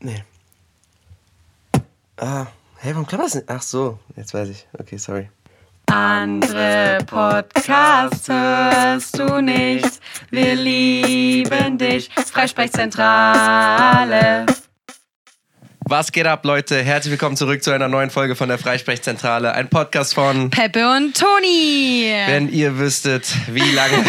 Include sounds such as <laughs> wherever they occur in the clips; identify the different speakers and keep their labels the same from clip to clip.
Speaker 1: Nee. Ah, hey, warum klappt das nicht? Ach so, jetzt weiß ich. Okay, sorry.
Speaker 2: Andere Podcasts hörst du nicht. Wir lieben dich. Freisprechzentrale.
Speaker 1: Was geht ab, Leute? Herzlich willkommen zurück zu einer neuen Folge von der Freisprechzentrale. Ein Podcast von,
Speaker 2: Peppe und Toni.
Speaker 1: wenn ihr wüsstet, wie <laughs> lange,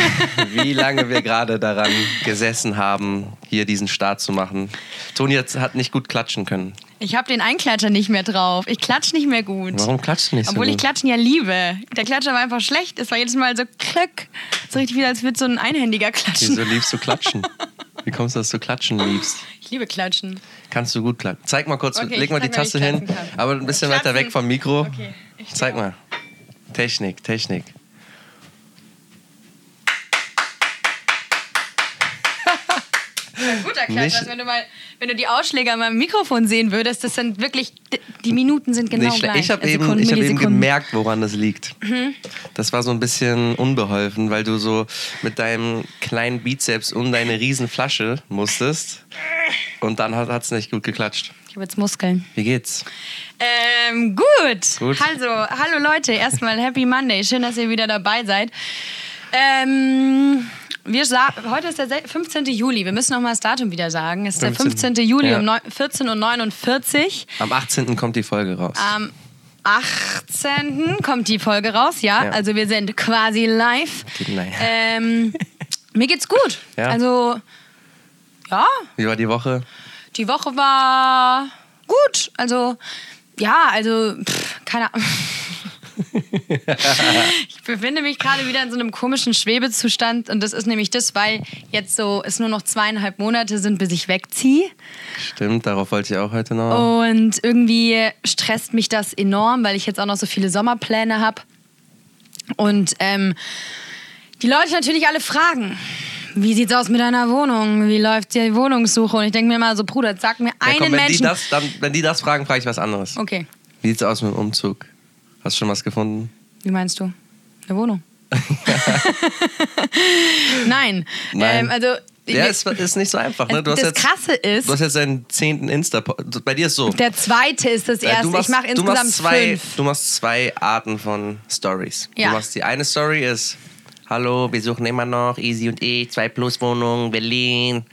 Speaker 1: wie lange wir gerade daran gesessen haben, hier diesen Start zu machen. Toni hat, hat nicht gut klatschen können.
Speaker 2: Ich habe den Einklatscher nicht mehr drauf. Ich klatsch nicht mehr gut.
Speaker 1: Warum klatscht du nicht so
Speaker 2: Obwohl ich
Speaker 1: gut?
Speaker 2: Klatschen ja liebe. Der Klatscher war einfach schlecht. Es war jedes Mal so klöck. So richtig wieder, als würde so ein Einhändiger klatschen.
Speaker 1: Wieso liebst du klatschen? Wie kommst du, dass du klatschen liebst?
Speaker 2: <laughs> Ich liebe Klatschen.
Speaker 1: Kannst du gut klatschen. Zeig mal kurz,
Speaker 2: Okay,
Speaker 1: leg
Speaker 2: ich
Speaker 1: mal die
Speaker 2: zeig mal, wie ich
Speaker 1: Taste hin,
Speaker 2: klatschen kann.
Speaker 1: aber ein bisschen weiter
Speaker 2: Klatschen.
Speaker 1: weg vom Mikro.
Speaker 2: Okay, ich steh
Speaker 1: Zeig
Speaker 2: auf.
Speaker 1: mal. Technik, Technik.
Speaker 2: Guter Klatscher.
Speaker 1: Nicht-
Speaker 2: Also wenn, du mal, wenn du die Ausschläge an meinem Mikrofon sehen würdest, das sind wirklich, die Minuten sind genau
Speaker 1: Nicht schlecht.
Speaker 2: gleich.
Speaker 1: ich habe
Speaker 2: Äh,
Speaker 1: eben,
Speaker 2: Sekunden,
Speaker 1: ich hab eben
Speaker 2: Millisekunden.
Speaker 1: gemerkt, woran das liegt.
Speaker 2: Mhm.
Speaker 1: Das war so ein bisschen unbeholfen, weil du so mit deinem kleinen Bizeps um deine riesen Flasche musstest. Und dann hat es nicht gut geklatscht.
Speaker 2: Ich habe jetzt Muskeln.
Speaker 1: Wie geht's?
Speaker 2: Ähm, gut.
Speaker 1: Gut.
Speaker 2: Also, hallo Leute, erstmal Happy Monday. Schön, dass ihr wieder dabei seid. Ähm, wir sa- heute ist der se- 15. Juli. Wir müssen nochmal das Datum wieder sagen. Es ist
Speaker 1: 15..
Speaker 2: der 15. Juli
Speaker 1: Ja.
Speaker 2: um 14.49 Uhr.
Speaker 1: Am 18. kommt die Folge raus.
Speaker 2: Am 18. kommt die Folge raus, ja.
Speaker 1: Ja.
Speaker 2: Also wir sind quasi live.
Speaker 1: Nein.
Speaker 2: Ähm, mir geht's gut.
Speaker 1: Ja.
Speaker 2: Also, ja,
Speaker 1: Wie war die Woche?
Speaker 2: die Woche war gut. Also, ja, also, pff, keine <laughs> Ahnung. ich befinde mich gerade wieder in so einem komischen Schwebezustand und das ist nämlich das, weil jetzt so es nur noch zweieinhalb Monate sind, bis ich wegziehe.
Speaker 1: Stimmt, darauf wollte ich auch heute noch.
Speaker 2: Oh, Und irgendwie stresst mich das enorm, weil ich jetzt auch noch so viele Sommerpläne habe. Und ähm, die Leute natürlich alle fragen, wie sieht's aus mit deiner Wohnung? Wie läuft die Wohnungssuche? Und ich denke mir mal so, Bruder, sag mir
Speaker 1: Ja,
Speaker 2: einen
Speaker 1: komm, wenn, die
Speaker 2: Menschen.
Speaker 1: das, dann, wenn die das fragen, frage ich was anderes.
Speaker 2: okay,
Speaker 1: Wie sieht's aus mit dem Umzug? Hast du schon was gefunden?
Speaker 2: wie meinst du?
Speaker 1: <laughs>
Speaker 2: Eine Wohnung? Nein.
Speaker 1: Nein.
Speaker 2: Ähm, also
Speaker 1: Ja, ist, ist nicht so einfach. Ne? Du, hast
Speaker 2: das
Speaker 1: jetzt,
Speaker 2: Krasse ist,
Speaker 1: du hast jetzt deinen zehnten insta Bei dir ist so.
Speaker 2: der zweite ist das
Speaker 1: Äh,
Speaker 2: erste. ich mache
Speaker 1: du
Speaker 2: insgesamt
Speaker 1: machst zwei,
Speaker 2: fünf.
Speaker 1: Du machst zwei Arten von Stories.
Speaker 2: Ja.
Speaker 1: Du machst die eine Story ist, hallo, wir suchen immer noch Easy und ich, zwei Plus Wohnung, Berlin.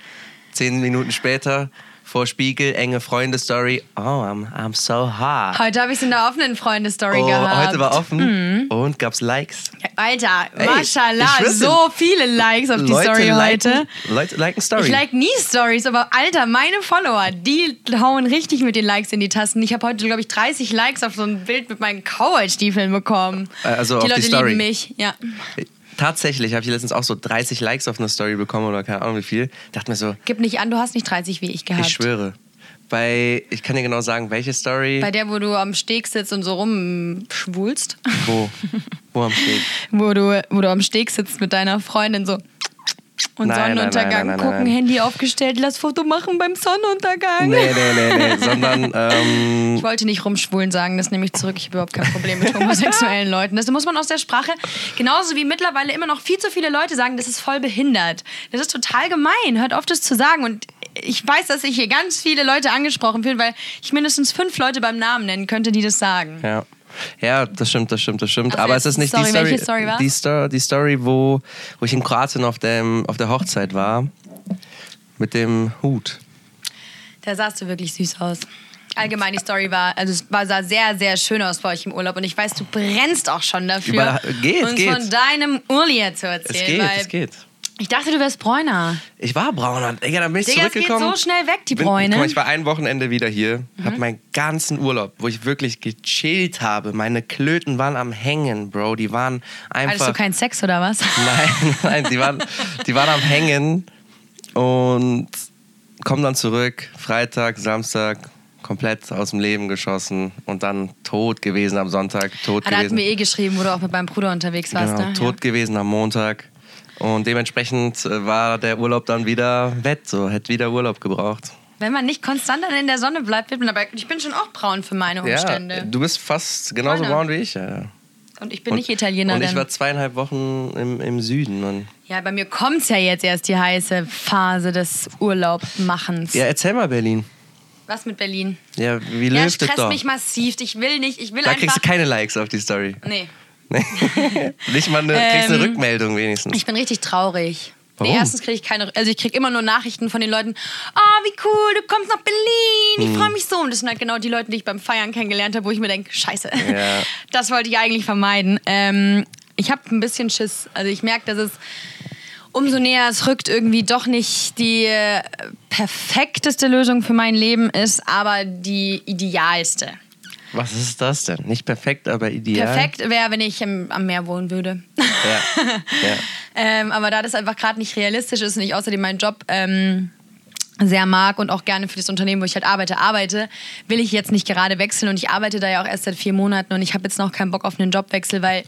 Speaker 1: Zehn Minuten später vor Spiegel, enge Freunde Story. Oh, I'm, I'm so hot.
Speaker 2: Heute habe ich es in der offenen Freunde-Story
Speaker 1: Oh,
Speaker 2: gehabt. Mhm.
Speaker 1: heute war offen und gab's Likes.
Speaker 2: Alter,
Speaker 1: Ey, ich
Speaker 2: mashallah,
Speaker 1: schwör's
Speaker 2: so viele Likes auf die Story
Speaker 1: liken,
Speaker 2: heute.
Speaker 1: Leute liken Story.
Speaker 2: Ich like nie Stories, aber Alter, meine Follower, die hauen richtig mit den Likes in die Tasten. Ich habe heute, glaube ich, 30 Likes auf so ein Bild mit meinen Cowboy-Stiefeln bekommen.
Speaker 1: Äh, also
Speaker 2: die
Speaker 1: auf die
Speaker 2: Leute
Speaker 1: Story.
Speaker 2: lieben mich. Ja.
Speaker 1: Tatsächlich habe ich letztens auch so 30 Likes auf eine Story bekommen oder keine Ahnung wie viel. Dachte mir so,
Speaker 2: Gib nicht an, du hast nicht 30 wie ich gehabt.
Speaker 1: ich schwöre. Bei, ich kann dir genau sagen, welche Story.
Speaker 2: Bei der, wo du am Steg sitzt und so rumschwulst. <laughs>
Speaker 1: Wo? Wo am Steg?
Speaker 2: wo, du, wo du am Steg sitzt mit deiner Freundin so. Und
Speaker 1: Nein, nein, nein,
Speaker 2: Sonnenuntergang
Speaker 1: nein, nein,
Speaker 2: gucken,
Speaker 1: nein.
Speaker 2: Handy aufgestellt, lass Foto machen beim Sonnenuntergang.
Speaker 1: Nee, nee, nee,
Speaker 2: <laughs>
Speaker 1: nee. Sondern, ähm,
Speaker 2: Ich wollte nicht rumschwulen sagen, das nehme ich zurück. Ich habe überhaupt kein Problem mit homosexuellen Leuten. Das muss man aus der Sprache, genauso wie mittlerweile immer noch viel zu viele Leute sagen, das ist voll behindert. Das ist total gemein. Hört auf, das zu sagen. Und ich weiß, dass ich hier ganz viele Leute angesprochen fühle, weil ich mindestens fünf Leute beim Namen nennen könnte, die das sagen.
Speaker 1: ja. Ja, das stimmt, das stimmt, das stimmt.
Speaker 2: Also
Speaker 1: Aber es ist nicht
Speaker 2: Story,
Speaker 1: die Story,
Speaker 2: welche Story war's?
Speaker 1: die, Sto die Story, wo, wo ich in Kroatien auf, dem, auf der Hochzeit war. Mit dem Hut.
Speaker 2: Da sahst du wirklich süß aus. Allgemein, die Story war, also es war, sah sehr, sehr schön aus bei euch im Urlaub und ich weiß, du brennst auch schon dafür,
Speaker 1: Über- geht,
Speaker 2: uns
Speaker 1: geht.
Speaker 2: von deinem Urlaub zu
Speaker 1: Es
Speaker 2: erzählen.
Speaker 1: geht,
Speaker 2: weil
Speaker 1: es geht.
Speaker 2: Ich dachte, du wärst bräuner.
Speaker 1: Ich war brauner. Digga, dann bin ich
Speaker 2: Digga, es geht
Speaker 1: zurückgekommen.
Speaker 2: so schnell weg, die
Speaker 1: Bin-
Speaker 2: Bräune. Mhm.
Speaker 1: Guck mal, ich war ein Wochenende wieder hier, hab meinen ganzen Urlaub, wo ich wirklich gechillt habe. Meine Klöten waren am Hängen, Bro. Die waren einfach.
Speaker 2: Hattest du keinen Sex oder was?
Speaker 1: <laughs> Nein, nein, die waren, die waren am Hängen und kommen dann zurück. Freitag, Samstag, komplett aus dem Leben geschossen und dann tot gewesen am Sonntag, tot
Speaker 2: Ah, da hatten
Speaker 1: gewesen.
Speaker 2: wir eh geschrieben, wo du auch mit meinem Bruder unterwegs warst.
Speaker 1: genau,
Speaker 2: ne?
Speaker 1: tot gewesen am Montag. Und dementsprechend äh, war der Urlaub dann wieder wett, so hätte wieder Urlaub gebraucht.
Speaker 2: ja. Wenn man nicht konstant dann in der Sonne bleibt, wird man aber. Ich bin schon auch braun für meine
Speaker 1: Ja,
Speaker 2: Umstände.
Speaker 1: du bist fast genauso
Speaker 2: Meiner.
Speaker 1: braun wie ich. Ja. ja.
Speaker 2: und ich bin
Speaker 1: Und-
Speaker 2: nicht Italienerin.
Speaker 1: Und ich war zweieinhalb Wochen im, im Süden. Mann.
Speaker 2: ja, bei mir kommt's ja jetzt erst die heiße Phase des Urlaubmachens.
Speaker 1: Ja, erzähl mal Berlin.
Speaker 2: Was mit Berlin?
Speaker 1: Ja, wie
Speaker 2: Ja,
Speaker 1: läuft das
Speaker 2: stresst
Speaker 1: doch?
Speaker 2: mich massiv. Ich will nicht. Ich will
Speaker 1: Da
Speaker 2: einfach.
Speaker 1: kriegst du keine Likes auf die Story.
Speaker 2: nee. Ähm,
Speaker 1: Nee. Nicht mal eine, kriegst eine Rückmeldung wenigstens.
Speaker 2: Ich bin richtig traurig.
Speaker 1: Warum?
Speaker 2: Nee, erstens kriege ich keine, also ich kriege immer nur Nachrichten von den Leuten, oh, wie cool, du kommst nach Berlin,
Speaker 1: Hm.
Speaker 2: ich freue mich so. Und das sind halt genau die Leute, die ich beim Feiern kennengelernt habe, wo ich mir denke, scheiße,
Speaker 1: Ja.
Speaker 2: <laughs> das wollte ich eigentlich vermeiden. Ähm, ich habe ein bisschen Schiss. Also ich merke, dass es umso näher es rückt, irgendwie doch nicht die äh, perfekteste Lösung für mein Leben ist, aber die idealste.
Speaker 1: Was ist das denn? Nicht perfekt, aber ideal.
Speaker 2: Perfekt wäre, wenn ich im, am Meer wohnen würde.
Speaker 1: Ja. ja.
Speaker 2: <laughs> Ähm, aber da das einfach gerade nicht realistisch ist und ich außerdem meinen Job ähm, sehr mag und auch gerne für das Unternehmen, wo ich halt arbeite, arbeite, will ich jetzt nicht gerade wechseln und ich arbeite da ja auch erst seit vier Monaten und ich habe jetzt noch keinen Bock auf einen Jobwechsel, weil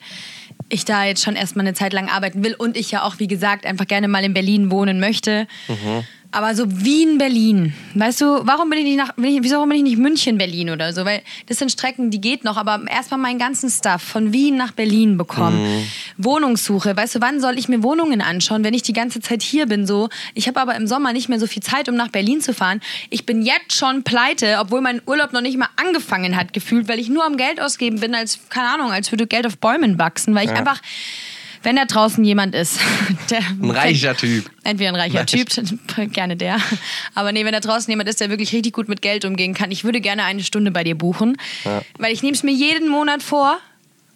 Speaker 2: ich da jetzt schon erstmal eine Zeit lang arbeiten will und ich ja auch, wie gesagt, einfach gerne mal in Berlin wohnen möchte.
Speaker 1: Mhm.
Speaker 2: Aber so Wien, Berlin. Weißt du, warum bin ich nicht nach, bin ich, wieso warum bin ich nicht München, Berlin oder so? Weil das sind Strecken, die geht noch, aber erstmal meinen ganzen Stuff von Wien nach Berlin bekommen.
Speaker 1: Mhm.
Speaker 2: Wohnungssuche. Weißt du, wann soll ich mir Wohnungen anschauen, wenn ich die ganze Zeit hier bin? So, ich habe aber im Sommer nicht mehr so viel Zeit, um nach Berlin zu fahren. Ich bin jetzt schon pleite, obwohl mein Urlaub noch nicht mal angefangen hat, gefühlt, weil ich nur am Geld ausgeben bin, als, keine Ahnung, als würde Geld auf Bäumen wachsen, weil ich einfach, wenn da draußen jemand ist, <laughs> der
Speaker 1: Ein reicher Typ.
Speaker 2: Entweder ein reicher
Speaker 1: Nein.
Speaker 2: Typ, <laughs> dann gerne der. Aber nee, wenn da draußen jemand ist, der wirklich richtig gut mit Geld umgehen kann, ich würde gerne eine Stunde bei dir buchen. Weil ich nehme es mir jeden Monat vor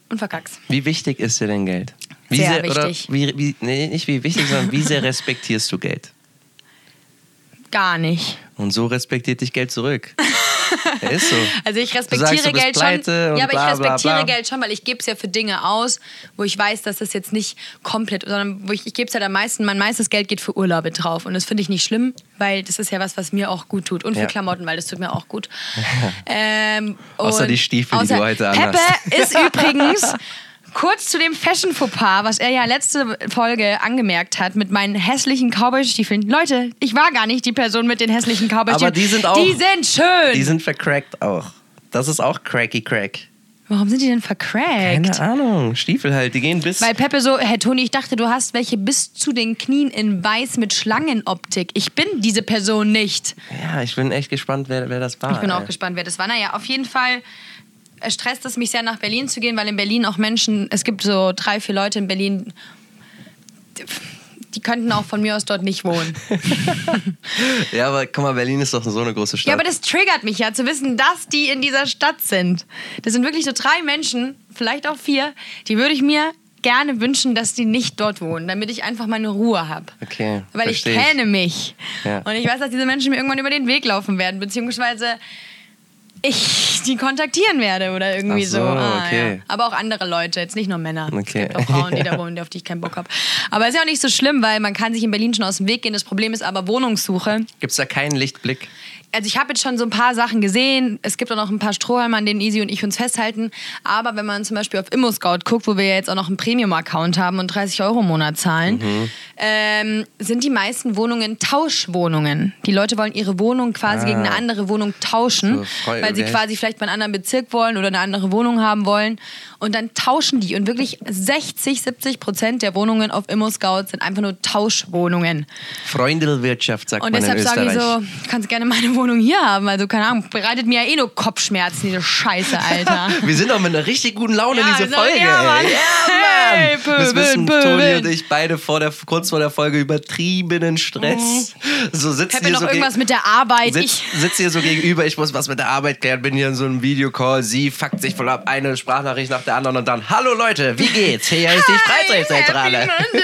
Speaker 2: und verkack's.
Speaker 1: Wie wichtig ist dir denn Geld? Wie
Speaker 2: Sehr
Speaker 1: oder
Speaker 2: wichtig.
Speaker 1: Wie, wie, nee, nicht wie wichtig, sondern wie sehr respektierst du Geld?
Speaker 2: Gar nicht.
Speaker 1: Und so respektiert dich Geld
Speaker 2: <laughs>
Speaker 1: zurück. Ja, ist so.
Speaker 2: Also ich
Speaker 1: du
Speaker 2: respektiere
Speaker 1: bist
Speaker 2: Geld
Speaker 1: pleite
Speaker 2: schon.
Speaker 1: und
Speaker 2: Ja, aber
Speaker 1: bla,
Speaker 2: ich
Speaker 1: bla,
Speaker 2: respektiere
Speaker 1: bla.
Speaker 2: Geld schon, weil ich gebe es ja für Dinge aus, wo ich weiß, dass es jetzt nicht komplett, sondern wo ich, ich gebe es halt am meisten, mein meistes Geld geht für Urlaube drauf. Und das finde ich nicht schlimm, weil das ist ja was, was mir auch gut tut. Und für
Speaker 1: Ja.
Speaker 2: Klamotten, weil das tut mir
Speaker 1: <laughs>
Speaker 2: auch gut. ähm,
Speaker 1: Außer
Speaker 2: und-
Speaker 1: die Stiefel, die du heute
Speaker 2: Peppe
Speaker 1: anhast. <laughs>
Speaker 2: ist übrigens... Kurz zu dem Fashion Fauxpas, was er ja letzte Folge angemerkt hat mit meinen hässlichen Cowboy-Stiefeln. Leute, ich war gar nicht die Person mit den hässlichen Cowboy-Stiefeln.
Speaker 1: Aber die sind auch-
Speaker 2: Die sind schön.
Speaker 1: Die sind vercrackt auch. Das ist auch cracky crack.
Speaker 2: Warum sind die denn vercrackt?
Speaker 1: Keine Ahnung. Stiefel halt, die gehen bis.
Speaker 2: Weil Peppe so, Herr Toni, ich dachte, du hast welche bis zu den Knien in weiß mit Schlangenoptik. Ich bin diese Person nicht.
Speaker 1: ja, ich bin echt gespannt, wer, wer das war.
Speaker 2: Ich bin auch
Speaker 1: Ah, ey.
Speaker 2: gespannt, wer das war. Naja, auf jeden Fall äh, stresst es mich sehr, nach Berlin zu gehen, weil in Berlin auch Menschen, es gibt so drei, vier Leute in Berlin, die könnten auch von mir aus dort nicht wohnen.
Speaker 1: Ja, aber guck mal, Berlin ist doch so eine große Stadt.
Speaker 2: Ja, aber das triggert mich ja, zu wissen, dass die in dieser Stadt sind. Das sind wirklich so drei Menschen, vielleicht auch vier, die würde ich mir gerne wünschen, dass die nicht dort wohnen, damit ich einfach meine Ruhe habe.
Speaker 1: Okay,
Speaker 2: Weil ich
Speaker 1: versteh ich.
Speaker 2: kenne mich.
Speaker 1: Ja.
Speaker 2: Und ich weiß, dass diese Menschen mir irgendwann über den Weg laufen werden, beziehungsweise ich die kontaktieren werde oder irgendwie
Speaker 1: Ach so,
Speaker 2: so. Ah,
Speaker 1: okay.
Speaker 2: ja. Aber auch andere Leute, jetzt nicht nur Männer.
Speaker 1: Okay.
Speaker 2: Es gibt auch Frauen, die
Speaker 1: Ja. <laughs>
Speaker 2: da wohnen, auf die ich keinen Bock habe. Aber ist ja auch nicht so schlimm, weil man kann sich in Berlin schon aus dem Weg gehen. Das Problem ist aber Wohnungssuche
Speaker 1: Gibt's da keinen Lichtblick?
Speaker 2: also ich habe jetzt schon so ein paar Sachen gesehen. Es gibt auch noch ein paar Strohhalme, an denen Easy und ich uns festhalten. Aber wenn man zum Beispiel auf ImmoScout guckt, wo wir ja jetzt auch noch einen Premium-Account haben und 30 Euro im Monat zahlen,
Speaker 1: Mhm.
Speaker 2: ähm, sind die meisten Wohnungen Tauschwohnungen. Die Leute wollen ihre Wohnung quasi gegen eine andere Wohnung
Speaker 1: Ah.
Speaker 2: tauschen,
Speaker 1: So frei-
Speaker 2: weil sie
Speaker 1: wie heißt-
Speaker 2: quasi vielleicht mal einen anderen Bezirk wollen oder eine andere Wohnung haben wollen. Und dann tauschen die. Und wirklich 60, 70 Prozent der Wohnungen auf ImmoScout sind einfach nur Tauschwohnungen.
Speaker 1: Freundelwirtschaft, sagt
Speaker 2: Und
Speaker 1: man in
Speaker 2: deshalb sage ich
Speaker 1: Österreich.
Speaker 2: so, du kannst gerne meine Wohnung hier haben. Also, keine Ahnung, bereitet mir ja eh nur Kopfschmerzen, diese Scheiße,
Speaker 1: <laughs>
Speaker 2: Alter.
Speaker 1: Wir sind auch mit einer richtig guten Laune
Speaker 2: Ja,
Speaker 1: diese
Speaker 2: so,
Speaker 1: Folge.
Speaker 2: ja, Mann.
Speaker 1: ey.
Speaker 2: Hey,
Speaker 1: Mann. das
Speaker 2: Pöbel,
Speaker 1: wissen
Speaker 2: Pöbel.
Speaker 1: Toni und ich beide vor der, kurz vor der Folge übertriebenen Stress. So sitzen
Speaker 2: Peppe
Speaker 1: hier
Speaker 2: Mhm. noch
Speaker 1: eh so
Speaker 2: irgendwas
Speaker 1: geg-
Speaker 2: mit der Arbeit.
Speaker 1: Sitz,
Speaker 2: Ich,
Speaker 1: sitz hier so gegenüber, ich muss was mit der Arbeit klären, bin hier in so einem Videocall, sie fuckt sich voll ab, eine Sprachnachricht nach der anderen und dann, hallo Leute, wie geht's? Hier ist die Freizeichzentrale.
Speaker 2: Happy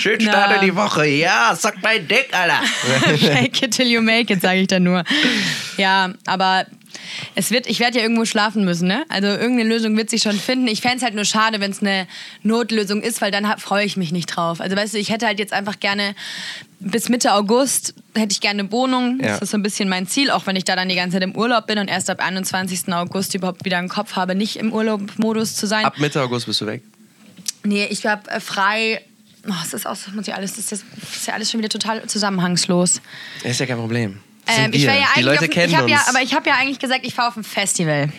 Speaker 1: Schön Start
Speaker 2: Na.
Speaker 1: in die Woche. Ja, suck mein Dick, Alter.
Speaker 2: Monday. Fake it till you make it, sage ich dann nur. Ja, aber es wird, ich werde ja irgendwo schlafen müssen, ne? Also irgendeine Lösung wird sich schon finden. Ich fände es halt nur schade, wenn es eine Notlösung ist, weil dann hab- freue ich mich nicht drauf. Also weißt du, ich hätte halt jetzt einfach gerne bis Mitte August hätte ich gerne eine Wohnung.
Speaker 1: Ja.
Speaker 2: Das ist so ein bisschen mein Ziel, auch wenn ich da dann die ganze Zeit im Urlaub bin und erst ab 21. August überhaupt wieder im Kopf habe, nicht im Urlaubmodus zu
Speaker 1: <laughs>
Speaker 2: sein.
Speaker 1: Ab Mitte August bist du weg.
Speaker 2: Nee, ich habe äh, frei. Oh, es ist auch so, muss ich alles, das ist, jetzt, das ist ja alles schon wieder total zusammenhangslos.
Speaker 1: Ist ja kein Problem. Das
Speaker 2: Ähm,
Speaker 1: sind
Speaker 2: ich
Speaker 1: wir.
Speaker 2: wär ja
Speaker 1: die
Speaker 2: eigentlich
Speaker 1: Leute
Speaker 2: auf,
Speaker 1: kennen
Speaker 2: ich hab
Speaker 1: uns.
Speaker 2: Ja, aber ich habe ja eigentlich gesagt, ich fahre auf ein Festival.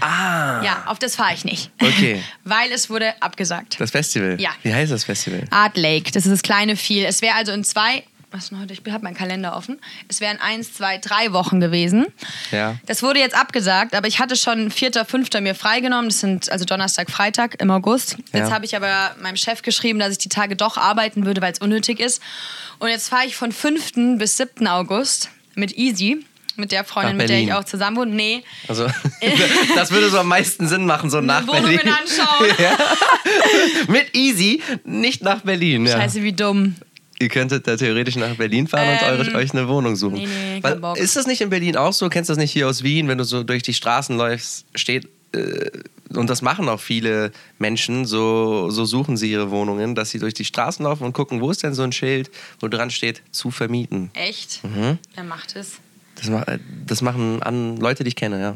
Speaker 1: ah,
Speaker 2: Ja, auf das fahre ich nicht.
Speaker 1: Okay.
Speaker 2: <laughs> Weil es wurde abgesagt.
Speaker 1: das Festival.
Speaker 2: Ja.
Speaker 1: Wie heißt das Festival?
Speaker 2: Art Lake, das ist das kleine Viel. Es wäre also in zwei was ist denn heute? Ich habe meinen Kalender offen. Es wären eins, zwei, drei Wochen gewesen.
Speaker 1: Ja.
Speaker 2: Das wurde jetzt abgesagt, aber ich hatte schon 4., 5. mir freigenommen. Das sind also Donnerstag, Freitag im August. Jetzt
Speaker 1: Ja.
Speaker 2: habe ich aber meinem Chef geschrieben, dass ich die Tage doch arbeiten würde, weil es unnötig ist. Und jetzt fahre ich von 5. bis 7. August mit Easy, mit der Freundin,
Speaker 1: Nach
Speaker 2: mit der ich
Speaker 1: Berlin.
Speaker 2: auch zusammen wohne. Nee, <laughs>
Speaker 1: Also, das würde so am meisten Sinn machen, so nach
Speaker 2: Wohnungen
Speaker 1: Berlin.
Speaker 2: anschauen.
Speaker 1: Mit Easy, nicht nach Berlin. <laughs> Ja.
Speaker 2: Scheiße, wie dumm.
Speaker 1: Ihr könntet da theoretisch nach Berlin fahren und eure, euch eine Wohnung suchen.
Speaker 2: Ähm, nee, nee, kein
Speaker 1: Weil,
Speaker 2: Bock.
Speaker 1: Ist das nicht in Berlin auch so? Kennst du das nicht hier aus Wien, wenn du so durch die Straßen läufst, steht. Äh, und das machen auch viele Menschen, so, so suchen sie ihre Wohnungen, dass sie durch die Straßen laufen und gucken, wo ist denn so ein Schild, wo dran steht, zu vermieten.
Speaker 2: Echt?
Speaker 1: Mhm.
Speaker 2: Er macht es.
Speaker 1: Das, ma äh, das machen an Leute, die ich kenne, ja.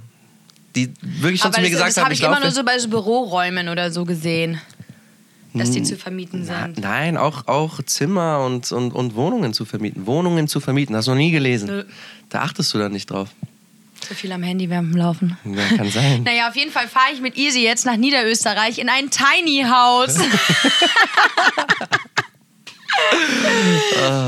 Speaker 1: Die wirklich schon
Speaker 2: Aber
Speaker 1: zu mir
Speaker 2: das,
Speaker 1: gesagt
Speaker 2: das
Speaker 1: haben,
Speaker 2: habe ich immer
Speaker 1: laufe-
Speaker 2: nur so bei so Büroräumen oder so gesehen, dass die zu vermieten
Speaker 1: Hm. Na,
Speaker 2: sind.
Speaker 1: nein, auch, auch Zimmer und, und, und Wohnungen zu vermieten. Wohnungen zu vermieten, hast du noch nie gelesen.
Speaker 2: Nö.
Speaker 1: Da achtest du dann nicht drauf.
Speaker 2: Zu viel am Handy während dem Laufen.
Speaker 1: Ja, kann sein.
Speaker 2: <laughs> Naja, auf jeden Fall fahre ich mit Easy jetzt nach Niederösterreich in ein Tiny House.
Speaker 1: <laughs>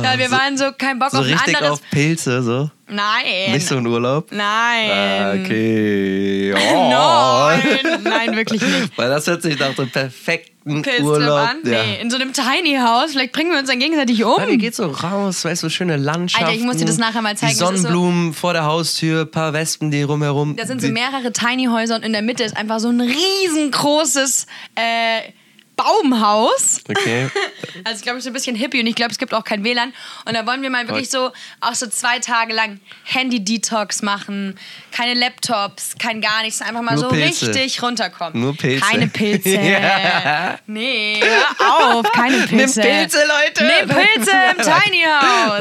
Speaker 2: ja, wir waren so kein Bock
Speaker 1: Ah, So
Speaker 2: auf ein
Speaker 1: richtig
Speaker 2: anderes.
Speaker 1: auf Pilze, so.
Speaker 2: Nein.
Speaker 1: Nicht so ein Urlaub. Ah, Oh.
Speaker 2: Nein. <laughs>
Speaker 1: Okay. Oh.
Speaker 2: Nein. Nein, wirklich nicht.
Speaker 1: Weil das hört sich nach dem perfekten <laughs>
Speaker 2: Pilztrip
Speaker 1: Urlaub.
Speaker 2: an? Nee,
Speaker 1: Ja.
Speaker 2: in so einem Tiny House. Vielleicht bringen wir uns dann gegenseitig um.
Speaker 1: Weil die geht so raus, weißt du, schöne Landschaften.
Speaker 2: Alter, ich muss dir das nachher mal zeigen,
Speaker 1: Die
Speaker 2: das ist so-
Speaker 1: Sonnenblumen vor der Haustür, paar Wespen, die rumherum.
Speaker 2: Da sind so
Speaker 1: Die-
Speaker 2: mehrere Tiny Häuser und in der Mitte ist einfach so ein riesengroßes äh, Baumhaus.
Speaker 1: Okay.
Speaker 2: <laughs> Also ich glaube, ich bin ein bisschen hippie und ich glaube, es gibt auch kein WLAN. Und da wollen wir mal wirklich so auch so zwei Tage lang Handy-Detox machen. Keine Laptops, kein gar nichts. Einfach mal
Speaker 1: Nur
Speaker 2: so
Speaker 1: Pilze.
Speaker 2: richtig runterkommen.
Speaker 1: Nur Pilze.
Speaker 2: Keine Pilze.
Speaker 1: <laughs> Ja.
Speaker 2: Nee, hör auf, keine
Speaker 1: Nimm
Speaker 2: Pilze.
Speaker 1: Pilze, Leute!
Speaker 2: Nimm Pilze im Tiny House.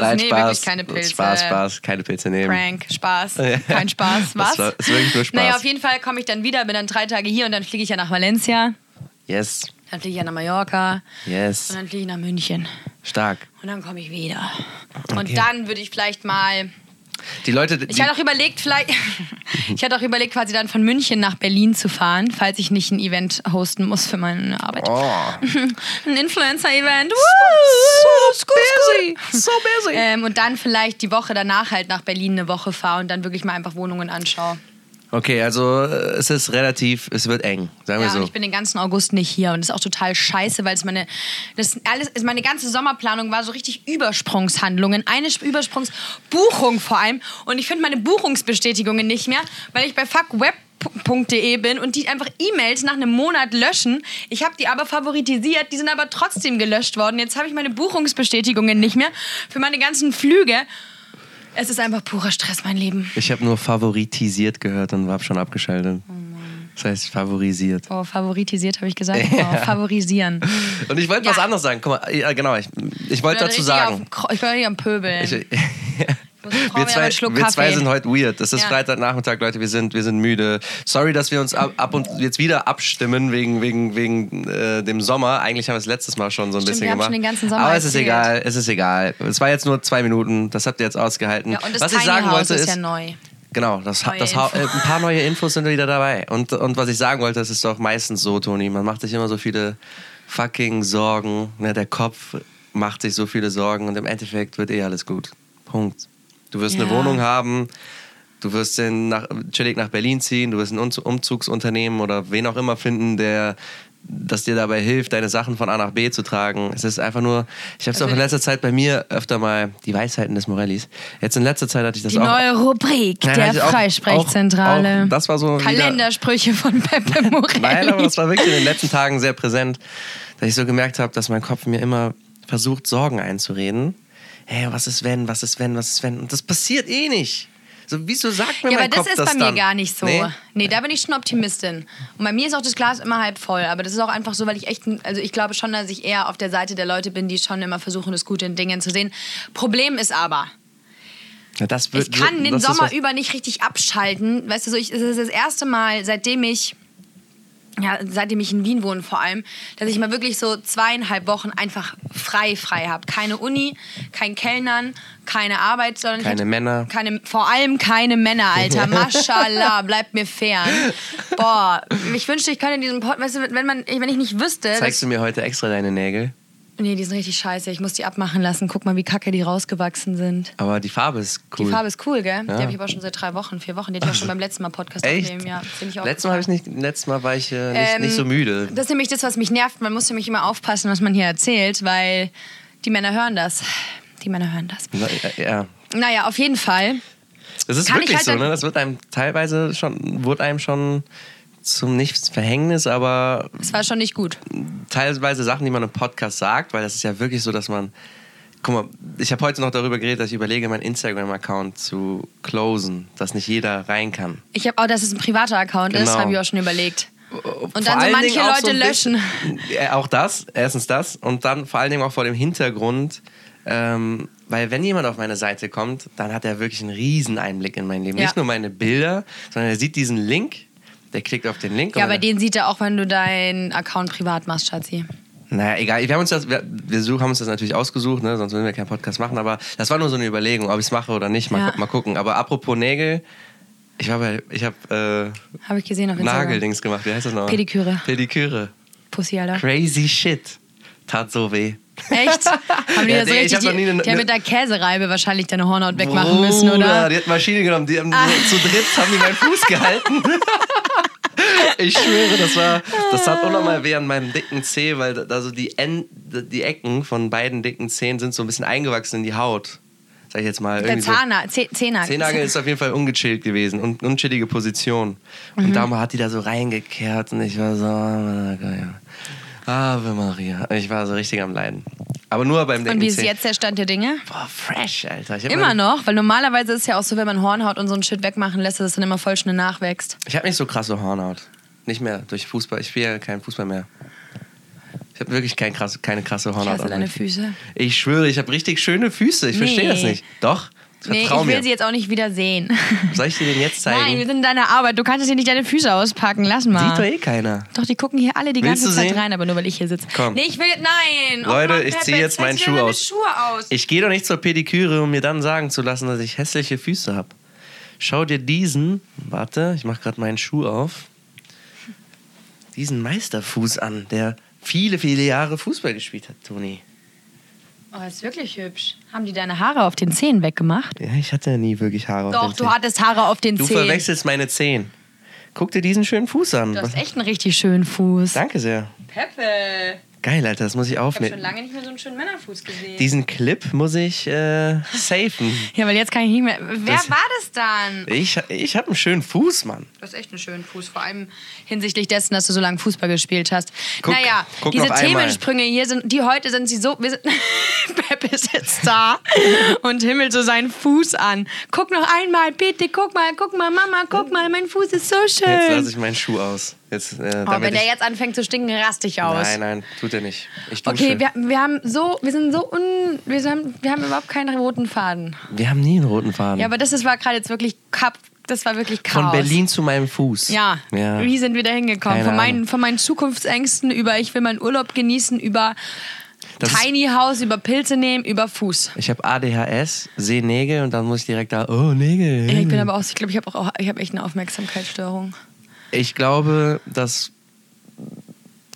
Speaker 1: <laughs> Nein,
Speaker 2: nee,
Speaker 1: Spaß.
Speaker 2: wirklich keine Pilze.
Speaker 1: Spaß, Spaß, keine Pilze nehmen.
Speaker 2: Prank, Spaß, kein Spaß,
Speaker 1: Das
Speaker 2: was?
Speaker 1: war- ist wirklich nur Spaß.
Speaker 2: Naja, auf jeden Fall komme ich dann wieder, bin dann drei Tage hier und dann fliege ich ja nach Valencia,
Speaker 1: Yes,
Speaker 2: dann fliege ich ja nach Mallorca und
Speaker 1: yes.
Speaker 2: dann fliege ich nach München
Speaker 1: Stark.
Speaker 2: und dann komme ich wieder. Und
Speaker 1: Okay.
Speaker 2: dann würde ich vielleicht mal,
Speaker 1: Die Leute, die,
Speaker 2: ich hatte auch überlegt, vielleicht, <laughs> ich hatte auch überlegt, quasi dann von München nach Berlin zu fahren, falls ich nicht ein Event hosten muss für meine Arbeit.
Speaker 1: oh,
Speaker 2: <laughs> Ein Influencer-Event.
Speaker 1: so busy, so busy.
Speaker 2: Ähm, und dann vielleicht die Woche danach halt nach Berlin eine Woche fahre und dann wirklich mal einfach Wohnungen anschaue.
Speaker 1: Okay, also äh, es ist relativ, es wird eng, sagen
Speaker 2: Ja,
Speaker 1: wir
Speaker 2: und
Speaker 1: so.
Speaker 2: ich bin den ganzen August nicht hier und das ist auch total scheiße, weil es meine das alles ist meine ganze Sommerplanung war so richtig Übersprungshandlungen, eine Sp- Übersprungsbuchung vor allem und ich finde meine Buchungsbestätigungen nicht mehr, weil ich bei fuckweb.de bin und die einfach E-Mails nach einem Monat löschen. Ich habe die aber favoritisiert, die sind aber trotzdem gelöscht worden. Jetzt habe ich meine Buchungsbestätigungen nicht mehr für meine ganzen Flüge. Es ist einfach purer Stress, mein Leben.
Speaker 1: Ich habe nur favoritisiert gehört und habe schon abgeschaltet. das heißt favorisiert.
Speaker 2: Oh, favoritisiert habe ich gesagt. Oh, favorisieren.
Speaker 1: Und ich wollte
Speaker 2: Ja.
Speaker 1: was anderes sagen. Guck mal, ja, genau, ich, ich wollte
Speaker 2: bin
Speaker 1: dazu
Speaker 2: richtig
Speaker 1: sagen.
Speaker 2: auf dem Kro- ich bin hier am Pöbeln.
Speaker 1: Ich, <laughs>
Speaker 2: muss brauchen
Speaker 1: wir
Speaker 2: wir aber
Speaker 1: zwei,
Speaker 2: einen Schluck
Speaker 1: wir zwei
Speaker 2: Kaffee.
Speaker 1: sind heute weird. Es ist
Speaker 2: Ja.
Speaker 1: Freitagnachmittag, Leute, wir sind, wir sind müde. Sorry, dass wir uns ab, ab und jetzt wieder abstimmen wegen, wegen, wegen äh, dem Sommer. Eigentlich haben wir es letztes Mal schon so ein
Speaker 2: Stimmt,
Speaker 1: bisschen
Speaker 2: wir haben
Speaker 1: gemacht.
Speaker 2: schon den ganzen Sommer
Speaker 1: Aber es ist
Speaker 2: erzählt.
Speaker 1: egal, es ist egal. Es war jetzt nur zwei Minuten, das habt ihr jetzt ausgehalten.
Speaker 2: ja, und das
Speaker 1: was
Speaker 2: Tiny
Speaker 1: ich sagen
Speaker 2: House
Speaker 1: wollte
Speaker 2: ist ja neu.
Speaker 1: Genau, das,
Speaker 2: Neue
Speaker 1: das, hau-
Speaker 2: Info.
Speaker 1: äh, ein paar neue Infos sind wieder dabei. Und, und was ich sagen wollte, das ist doch meistens so, Toni. Man macht sich immer so viele fucking Sorgen. Ne? Der Kopf macht sich so viele Sorgen und im Endeffekt wird eh alles gut. Punkt. Du wirst eine
Speaker 2: Ja.
Speaker 1: Wohnung haben, du wirst in nach, chillig nach Berlin ziehen, du wirst ein Unz- Umzugsunternehmen oder wen auch immer finden, der das dir dabei hilft, deine Sachen von A nach B zu tragen. Es ist einfach nur, ich habe es
Speaker 2: Also-
Speaker 1: auch in letzter Zeit bei mir öfter mal, die Weisheiten des Morellis. Jetzt in letzter Zeit hatte ich das
Speaker 2: Die
Speaker 1: auch
Speaker 2: neue Rubrik
Speaker 1: Nein,
Speaker 2: der
Speaker 1: hatte ich auch-
Speaker 2: Freisprechzentrale.
Speaker 1: auch- auch- das war so wieder-
Speaker 2: Kalendersprüche von Peppe Morelli.
Speaker 1: Nein, aber das war wirklich in den letzten Tagen sehr präsent, dass ich so gemerkt habe, dass mein Kopf mir immer versucht, Sorgen einzureden. Hey, was ist wenn, was ist wenn, was ist wenn? Und das passiert eh nicht. So, wieso sagt mir
Speaker 2: ja, aber
Speaker 1: mein
Speaker 2: das
Speaker 1: Kopf
Speaker 2: ist
Speaker 1: das
Speaker 2: bei mir
Speaker 1: dann?
Speaker 2: gar nicht so. Nee?
Speaker 1: Nee?
Speaker 2: da bin ich schon Optimistin. Und bei mir ist auch das Glas immer halb voll. Aber das ist auch einfach so, weil ich echt, ein- also ich glaube schon, dass ich eher auf der Seite der Leute bin, die schon immer versuchen, das Gute in Dingen zu sehen. Problem ist aber,
Speaker 1: Ja, das wird,
Speaker 2: ich kann den
Speaker 1: Äh, das ist
Speaker 2: Sommer
Speaker 1: was-
Speaker 2: über nicht richtig abschalten. Weißt du, so ich, es ist das erste Mal, seitdem ich, ja, seitdem ich in Wien wohne vor allem, dass ich mal wirklich so zweieinhalb Wochen einfach frei, frei habe. Keine Uni, kein Kellnern, keine Arbeit, sondern ich
Speaker 1: Keine
Speaker 2: hatte-
Speaker 1: Männer.
Speaker 2: Keine, vor allem keine Männer,
Speaker 1: <laughs>
Speaker 2: Alter. Maschallah, bleibt mir fern. Boah, ich wünschte, ich könnte in diesem Podcast, weißt du, wenn, man, wenn ich nicht wüsste, dass-
Speaker 1: Zeigst du mir heute extra deine Nägel?
Speaker 2: Nee, die sind richtig scheiße. Ich muss die abmachen lassen. Guck mal, wie kacke die rausgewachsen sind.
Speaker 1: Aber die Farbe ist cool.
Speaker 2: Die Farbe ist cool, gell? Die
Speaker 1: Ja.
Speaker 2: habe ich aber schon seit drei Wochen, vier Wochen. Die hatte ich auch schon beim letzten Mal Podcast
Speaker 1: Echt?
Speaker 2: aufnehmen. Ja, finde ich auch Ähm,
Speaker 1: letztes Mal, hab ich nicht, letztes Mal war ich äh, nicht, nicht so müde.
Speaker 2: Das ist nämlich das, was mich nervt. Man muss nämlich immer aufpassen, was man hier erzählt, weil die Männer hören das. Die Männer hören das.
Speaker 1: Na, äh, Ja.
Speaker 2: Naja, auf jeden Fall.
Speaker 1: Das ist
Speaker 2: Kann ich
Speaker 1: wirklich
Speaker 2: halt
Speaker 1: so,
Speaker 2: dann-
Speaker 1: ne? Das wird einem teilweise schon, wurde einem schon zum Nichts Verhängnis, aber
Speaker 2: Es war schon nicht gut.
Speaker 1: teilweise Sachen, die man im Podcast sagt, weil das ist ja wirklich so, dass man. Guck mal, ich habe heute noch darüber geredet, dass ich überlege, meinen Instagram-Account zu closen, dass nicht jeder rein kann.
Speaker 2: Ich habe auch, dass es ein privater Account ist,
Speaker 1: Genau. Äh,
Speaker 2: habe ich auch schon überlegt.
Speaker 1: Und
Speaker 2: dann so manche Leute löschen.
Speaker 1: auch das, erstens das und dann vor allen Dingen auch vor dem Hintergrund, ähm, weil wenn jemand auf meine Seite kommt, dann hat er wirklich einen riesen Einblick in mein Leben.
Speaker 2: Ja.
Speaker 1: Nicht nur meine Bilder, sondern er sieht diesen Link, der klickt auf den Link.
Speaker 2: Ja,
Speaker 1: und
Speaker 2: aber
Speaker 1: dann-
Speaker 2: den sieht er auch, wenn du deinen Account privat machst, Schatzi.
Speaker 1: Naja, egal. Wir haben uns das, wir, wir such- haben uns das natürlich ausgesucht, ne? sonst würden wir keinen Podcast machen. Aber das war nur so eine Überlegung, ob ich es mache oder nicht. Mal,
Speaker 2: Ja.
Speaker 1: gu- mal gucken. Aber apropos Nägel, ich habe ich hab, äh,
Speaker 2: Habe ich gesehen auf Instagram.
Speaker 1: Nageldings gemacht. Wie heißt das nochmal?
Speaker 2: Pediküre.
Speaker 1: Pediküre.
Speaker 2: Pussy, Alter.
Speaker 1: Crazy shit. Tat so weh. <laughs>
Speaker 2: Echt? Haben die
Speaker 1: Ja,
Speaker 2: da so
Speaker 1: Digga, ich
Speaker 2: richtig,
Speaker 1: hab noch nie
Speaker 2: die,
Speaker 1: eine-
Speaker 2: die haben mit der Käsereibe wahrscheinlich deine Hornhaut wegmachen müssen,
Speaker 1: Bruder,
Speaker 2: oder? Ah.
Speaker 1: Die hat Maschine genommen. Die haben so, zu dritt haben die meinen Fuß
Speaker 2: <laughs>
Speaker 1: gehalten. ich schwöre, das war, das tat unnormal weh an meinem dicken Zeh, weil da- also die, End, die Ecken von beiden dicken Zehen sind so ein bisschen eingewachsen in die Haut. Sag ich jetzt mal.
Speaker 2: Der
Speaker 1: irgendwie so.
Speaker 2: Zahner, Ze- Zehnagel.
Speaker 1: Zehnagel ist auf jeden Fall ungechillt gewesen und unchillige Position.
Speaker 2: Mhm.
Speaker 1: Und da hat die da so reingekehrt und ich war so, oh, Ave Maria. Ich war so richtig am Leiden. Aber nur beim dicken
Speaker 2: Und wie ist
Speaker 1: Zeh.
Speaker 2: jetzt der Stand der Dinge?
Speaker 1: Boah, fresh, Alter. Ich hab
Speaker 2: Immer
Speaker 1: mein-
Speaker 2: noch, weil normalerweise ist ja auch so, wenn man Hornhaut und so einen Shit wegmachen lässt, dass es dann immer voll schnell nachwächst.
Speaker 1: Ich habe nicht so krasse Hornhaut. Nicht mehr durch Fußball. Ich spiele ja keinen Fußball mehr. Ich habe wirklich kein krass, keine krasse
Speaker 2: Ich
Speaker 1: Hornhaut.
Speaker 2: hasse
Speaker 1: an
Speaker 2: deine
Speaker 1: meinen
Speaker 2: Füße.
Speaker 1: Füßen. Ich schwöre, ich habe richtig schöne Füße. Ich verstehe
Speaker 2: Nee.
Speaker 1: das nicht. Doch,
Speaker 2: Nee, ich
Speaker 1: vertrau
Speaker 2: will
Speaker 1: mir.
Speaker 2: sie jetzt auch nicht wieder sehen.
Speaker 1: Soll ich dir den jetzt zeigen?
Speaker 2: Nein, wir sind in deiner Arbeit. Du kannst jetzt hier nicht deine Füße auspacken. Lass mal.
Speaker 1: Sieht doch eh keiner.
Speaker 2: Doch, die gucken hier alle die
Speaker 1: Willst
Speaker 2: ganze
Speaker 1: du
Speaker 2: Zeit
Speaker 1: sehen?
Speaker 2: rein, aber nur weil ich hier sitze.
Speaker 1: Komm.
Speaker 2: Nee, ich will. Nein! Oh
Speaker 1: Leute, ich
Speaker 2: Peppe,
Speaker 1: zieh jetzt meinen
Speaker 2: zieh
Speaker 1: Schuh
Speaker 2: deine
Speaker 1: aus.
Speaker 2: Schuhe aus.
Speaker 1: Ich gehe doch nicht zur Pediküre, um mir dann sagen zu lassen, dass ich hässliche Füße habe. Schau dir diesen, warte, ich mache gerade meinen Schuh auf, diesen Meisterfuß an, der viele, viele Jahre Fußball gespielt hat, Toni.
Speaker 2: Oh, ist wirklich hübsch. Haben die deine Haare auf den Zehen weggemacht?
Speaker 1: Ja, ich hatte ja nie wirklich Haare
Speaker 2: Doch,
Speaker 1: auf den
Speaker 2: du hattest Haare auf den
Speaker 1: Du
Speaker 2: Zehen.
Speaker 1: verwechselst meine Zehen. Guck dir diesen schönen Fuß an.
Speaker 2: Du hast echt einen richtig schönen Fuß.
Speaker 1: Danke sehr.
Speaker 2: Peppe,
Speaker 1: Geil, Alter, das muss ich
Speaker 2: ich habe schon
Speaker 1: aufnehmen.
Speaker 2: lange nicht mehr so einen schönen Männerfuß gesehen.
Speaker 1: Diesen Clip muss ich äh, safen.
Speaker 2: ja, weil jetzt kann ich nicht mehr. Wer
Speaker 1: Das-
Speaker 2: war das dann?
Speaker 1: Ich, ich habe einen schönen Fuß, Mann.
Speaker 2: Du hast echt einen schönen Fuß, vor allem hinsichtlich dessen, dass du so lange Fußball gespielt hast.
Speaker 1: Guck-
Speaker 2: naja,
Speaker 1: guck
Speaker 2: diese
Speaker 1: noch einmal.
Speaker 2: Themensprünge hier sind, die heute sind sie so. Wir sind, <laughs> Peppe ist jetzt da
Speaker 1: <laughs>
Speaker 2: und himmelt so seinen Fuß an. Guck noch einmal, bitte, guck mal, guck mal, Mama, guck mal, mein Fuß ist so
Speaker 1: Jetzt lasse
Speaker 2: schön.
Speaker 1: ich meinen Schuh aus. Jetzt, äh,
Speaker 2: Oh,
Speaker 1: damit
Speaker 2: wenn
Speaker 1: ich,
Speaker 2: der jetzt anfängt zu stinken, raste ich aus.
Speaker 1: Nein, nein, tut er nicht. Ich dusche.
Speaker 2: Okay, wir,
Speaker 1: wir,
Speaker 2: wir haben so, wir sind so un, wir haben, wir haben überhaupt keinen roten Faden.
Speaker 1: haben nie einen roten Faden.
Speaker 2: Ja, aber das ist, war gerade jetzt wirklich kap, das war wirklich Chaos.
Speaker 1: Von Berlin zu meinem Fuß.
Speaker 2: Ja.
Speaker 1: ja.
Speaker 2: Wie sind wir da hingekommen?
Speaker 1: Keine
Speaker 2: Von meinen,
Speaker 1: Ahnung.
Speaker 2: von meinen Zukunftsängsten über ich will meinen Urlaub genießen, über
Speaker 1: Das ist-
Speaker 2: Tiny House, über Pilze nehmen, über Fuß.
Speaker 1: Ich habe ADHS, sehe Nägel und dann muss ich direkt da, oh, Nägel.
Speaker 2: Ja, ich bin aber auch, ich glaube, ich habe auch, ich habe echt
Speaker 1: <laughs>
Speaker 2: eine Aufmerksamkeitsstörung.
Speaker 1: Ich glaube, dass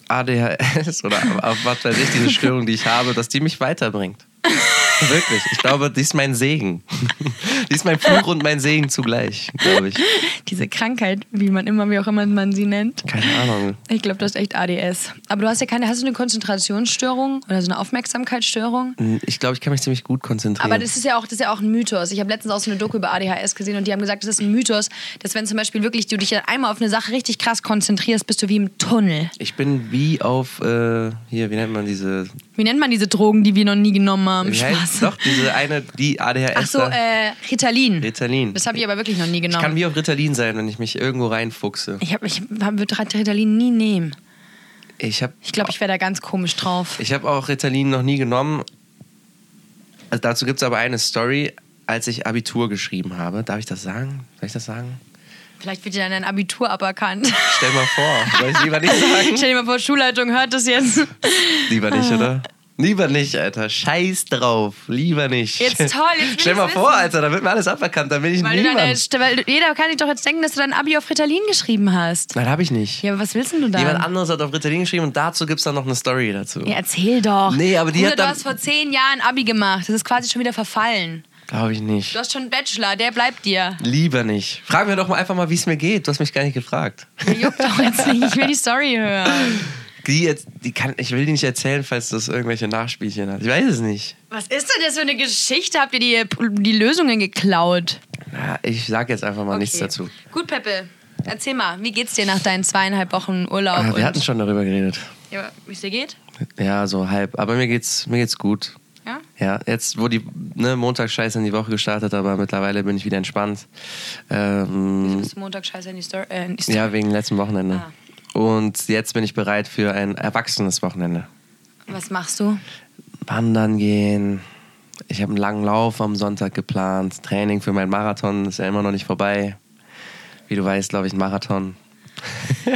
Speaker 1: ADHS oder auf was weiß ich, diese Störung, die ich habe, dass die mich weiterbringt. Wirklich. Ich glaube, die ist mein Segen. Die ist mein Fluch und mein Segen zugleich, glaube ich.
Speaker 2: Diese Krankheit, wie man immer, wie auch immer man sie nennt.
Speaker 1: Keine Ahnung.
Speaker 2: Ich glaube, das ist echt ADS. Aber du hast ja keine, hast du eine Konzentrationsstörung oder so eine Aufmerksamkeitsstörung?
Speaker 1: Ich glaube, ich kann mich ziemlich gut konzentrieren.
Speaker 2: Aber das ist ja auch, das ist ja auch ein Mythos. Ich habe letztens auch so eine Doku über ADHS gesehen und die haben gesagt, das ist ein Mythos, dass wenn zum Beispiel wirklich du dich dann einmal auf eine Sache richtig krass konzentrierst, bist du wie im Tunnel.
Speaker 1: ich bin wie auf, äh, hier, wie nennt man diese?
Speaker 2: Wie nennt man diese Drogen, die wir noch nie genommen haben?
Speaker 1: Wie heißt-
Speaker 2: Spaß.
Speaker 1: Doch, diese eine, die ADHS.
Speaker 2: Ach so,
Speaker 1: da-
Speaker 2: äh, Ritalin.
Speaker 1: Ritalin.
Speaker 2: Das habe ich aber wirklich noch nie
Speaker 1: ich kann
Speaker 2: genommen.
Speaker 1: wie auf Ritalin sein, wenn ich mich irgendwo reinfuchse.
Speaker 2: Ich, hab- ich hab- würde Ritalin nie nehmen.
Speaker 1: Ich habe
Speaker 2: Ich glaube, ich wäre da ganz komisch drauf.
Speaker 1: Ich habe auch Ritalin noch nie genommen. Also dazu gibt es aber eine Story, als ich Abitur geschrieben habe. Darf ich das sagen? Soll ich das sagen?
Speaker 2: Vielleicht wird dir dann dein Abitur aberkannt. <laughs>
Speaker 1: Stell mal vor. Soll ich lieber nicht sagen? <laughs>
Speaker 2: Stell dir mal vor, Schulleitung hört das jetzt.
Speaker 1: Lieber nicht, oder? Lieber nicht, Alter. Scheiß drauf. Lieber nicht.
Speaker 2: Jetzt toll,
Speaker 1: <laughs>
Speaker 2: jetzt will
Speaker 1: Stell mal
Speaker 2: ich's
Speaker 1: vor,
Speaker 2: wissen.
Speaker 1: Alter, da wird mir alles aberkannt. Dann bin ich
Speaker 2: Weil, du
Speaker 1: niemand.
Speaker 2: deine, weil jeder kann sich doch jetzt denken, dass du dein Abi auf Ritalin geschrieben hast.
Speaker 1: Nein, hab ich nicht.
Speaker 2: Ja, aber was willst denn du da?
Speaker 1: Jemand anderes hat auf Ritalin geschrieben und dazu gibt es dann noch eine Story dazu.
Speaker 2: Ja, erzähl doch.
Speaker 1: Nee, aber die
Speaker 2: Bruder,
Speaker 1: hat dann-
Speaker 2: du hast vor zehn Jahren Abi gemacht. Das ist quasi schon wieder verfallen.
Speaker 1: Glaube ich nicht.
Speaker 2: Du hast schon einen Bachelor, der bleibt dir.
Speaker 1: Lieber nicht. Frag mir doch mal einfach mal, wie es mir geht. Du hast mich gar nicht gefragt.
Speaker 2: Juckt doch jetzt nicht. Ich will die Story hören.
Speaker 1: Die jetzt, die kann, ich will die nicht erzählen, falls das irgendwelche Nachspielchen hat. Ich weiß es nicht.
Speaker 2: Was ist denn das für eine Geschichte? Habt ihr die, die Lösungen geklaut?
Speaker 1: Na, ich sag jetzt einfach mal nichts
Speaker 2: Okay.
Speaker 1: dazu.
Speaker 2: Gut, Peppe. Erzähl mal, wie geht's dir nach deinen zweieinhalb Wochen Urlaub?
Speaker 1: Ah,
Speaker 2: und-
Speaker 1: wir hatten schon darüber geredet.
Speaker 2: Ja, wie es dir geht?
Speaker 1: Ja, so halb. Aber mir geht's, mir geht's gut.
Speaker 2: Ja?
Speaker 1: Ja, jetzt, wo die ne, Montagsscheiße in die Woche gestartet, aber mittlerweile bin ich wieder entspannt. Ähm,
Speaker 2: Bis Montag scheiße in die Story. Äh, in die Story.
Speaker 1: ja, wegen letzten Wochenende.
Speaker 2: Ah.
Speaker 1: Und jetzt bin ich bereit für ein erwachsenes Wochenende.
Speaker 2: Was machst du?
Speaker 1: Wandern gehen. Ich habe einen langen Lauf am Sonntag geplant. Training für meinen Marathon ist ja immer noch nicht vorbei. Wie du weißt, glaube ich, ein Marathon.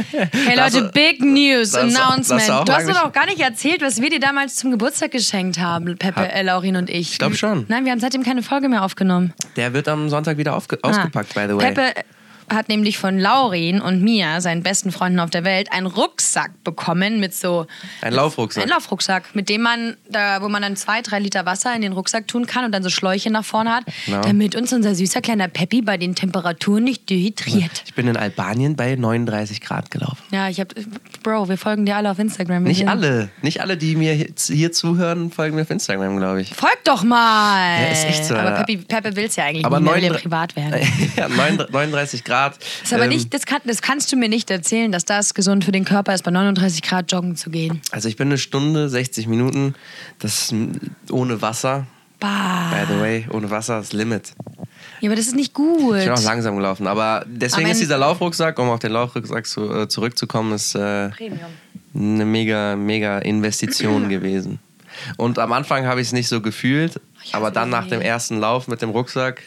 Speaker 2: Hey
Speaker 1: Lass-
Speaker 2: Leute, Big News,
Speaker 1: lass-
Speaker 2: Announcement.
Speaker 1: lass auch
Speaker 2: du hast
Speaker 1: lang
Speaker 2: mir
Speaker 1: nicht-
Speaker 2: doch gar nicht erzählt, was wir dir damals zum Geburtstag geschenkt haben, Peppe,
Speaker 1: Hab-
Speaker 2: äh, Laurin und ich. Ich
Speaker 1: glaub schon.
Speaker 2: Nein, wir haben seitdem keine Folge mehr aufgenommen.
Speaker 1: Der wird am Sonntag wieder aufge ausgepackt, by
Speaker 2: Ah.
Speaker 1: the way.
Speaker 2: Peppe hat nämlich von Laurin und mir, seinen besten Freunden auf der Welt, einen Rucksack bekommen mit so
Speaker 1: Ein Laufrucksack.
Speaker 2: Ein Laufrucksack, mit dem man, da, wo man dann zwei, drei Liter Wasser in den Rucksack tun kann und dann so Schläuche nach vorne hat,
Speaker 1: Genau.
Speaker 2: damit uns unser süßer kleiner Peppi bei den Temperaturen nicht dehydriert.
Speaker 1: ich bin in Albanien bei 39 Grad gelaufen.
Speaker 2: Ja, ich hab. Bro, wir folgen dir alle auf Instagram. Wir
Speaker 1: Nicht
Speaker 2: sehen-
Speaker 1: alle, nicht alle, die mir hier- hier zuhören, folgen mir auf Instagram, glaube ich.
Speaker 2: Folgt doch mal!
Speaker 1: Ja, ist echt so,
Speaker 2: Aber
Speaker 1: Alter.
Speaker 2: Peppi, Peppe will es ja eigentlich
Speaker 1: Aber
Speaker 2: nicht mehr, will ja
Speaker 1: 39
Speaker 2: privat werden.
Speaker 1: <laughs> ja, 39 Grad.
Speaker 2: Ist aber
Speaker 1: ähm,
Speaker 2: nicht, das, kann, das kannst du mir nicht erzählen, dass das gesund für den Körper ist, bei 39 Grad joggen zu gehen.
Speaker 1: Also ich bin eine Stunde, 60 Minuten, das m- ohne Wasser.
Speaker 2: Bah.
Speaker 1: By the way, ohne Wasser ist Limit.
Speaker 2: Ja, aber das ist nicht gut.
Speaker 1: Ich bin auch langsam gelaufen, aber deswegen
Speaker 2: Aber
Speaker 1: ist
Speaker 2: wenn-
Speaker 1: dieser Laufrucksack, um auf den Laufrucksack zu, äh, zurückzukommen, ist äh,
Speaker 2: Premium.
Speaker 1: eine mega, mega
Speaker 2: <clears throat>
Speaker 1: Investition gewesen. Und am Anfang habe ich es nicht so gefühlt,
Speaker 2: Ich
Speaker 1: aber
Speaker 2: hasse
Speaker 1: dann
Speaker 2: diesen
Speaker 1: nach dem
Speaker 2: Nebel.
Speaker 1: ersten Lauf mit dem Rucksack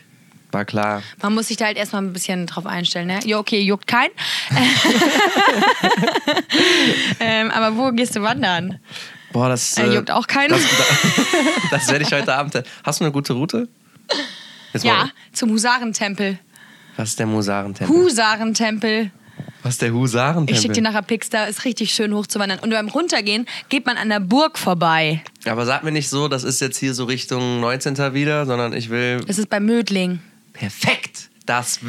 Speaker 1: war klar.
Speaker 2: Man muss sich da halt erstmal ein bisschen drauf einstellen. Ne? Ja, okay,
Speaker 1: <laughs>
Speaker 2: juckt keinen. ähm, aber wo gehst du wandern?
Speaker 1: Boah, das
Speaker 2: Äh, juckt auch keinen.
Speaker 1: Das,
Speaker 2: <laughs>
Speaker 1: <laughs> das werde ich heute Abend. Hast du eine gute Route? Jetzt
Speaker 2: Ja,
Speaker 1: mal-
Speaker 2: zum Husarentempel.
Speaker 1: Was ist der Husarentempel?
Speaker 2: Husarentempel.
Speaker 1: Was ist der Husarentempel?
Speaker 2: Ich schicke dir nachher Pics, da ist richtig schön hochzuwandern. Und beim Runtergehen geht man an der Burg vorbei.
Speaker 1: Aber sag mir nicht so, das ist jetzt hier so Richtung 19. wieder, sondern ich will.
Speaker 2: Das ist bei Mödling.
Speaker 1: Perfekt! Das.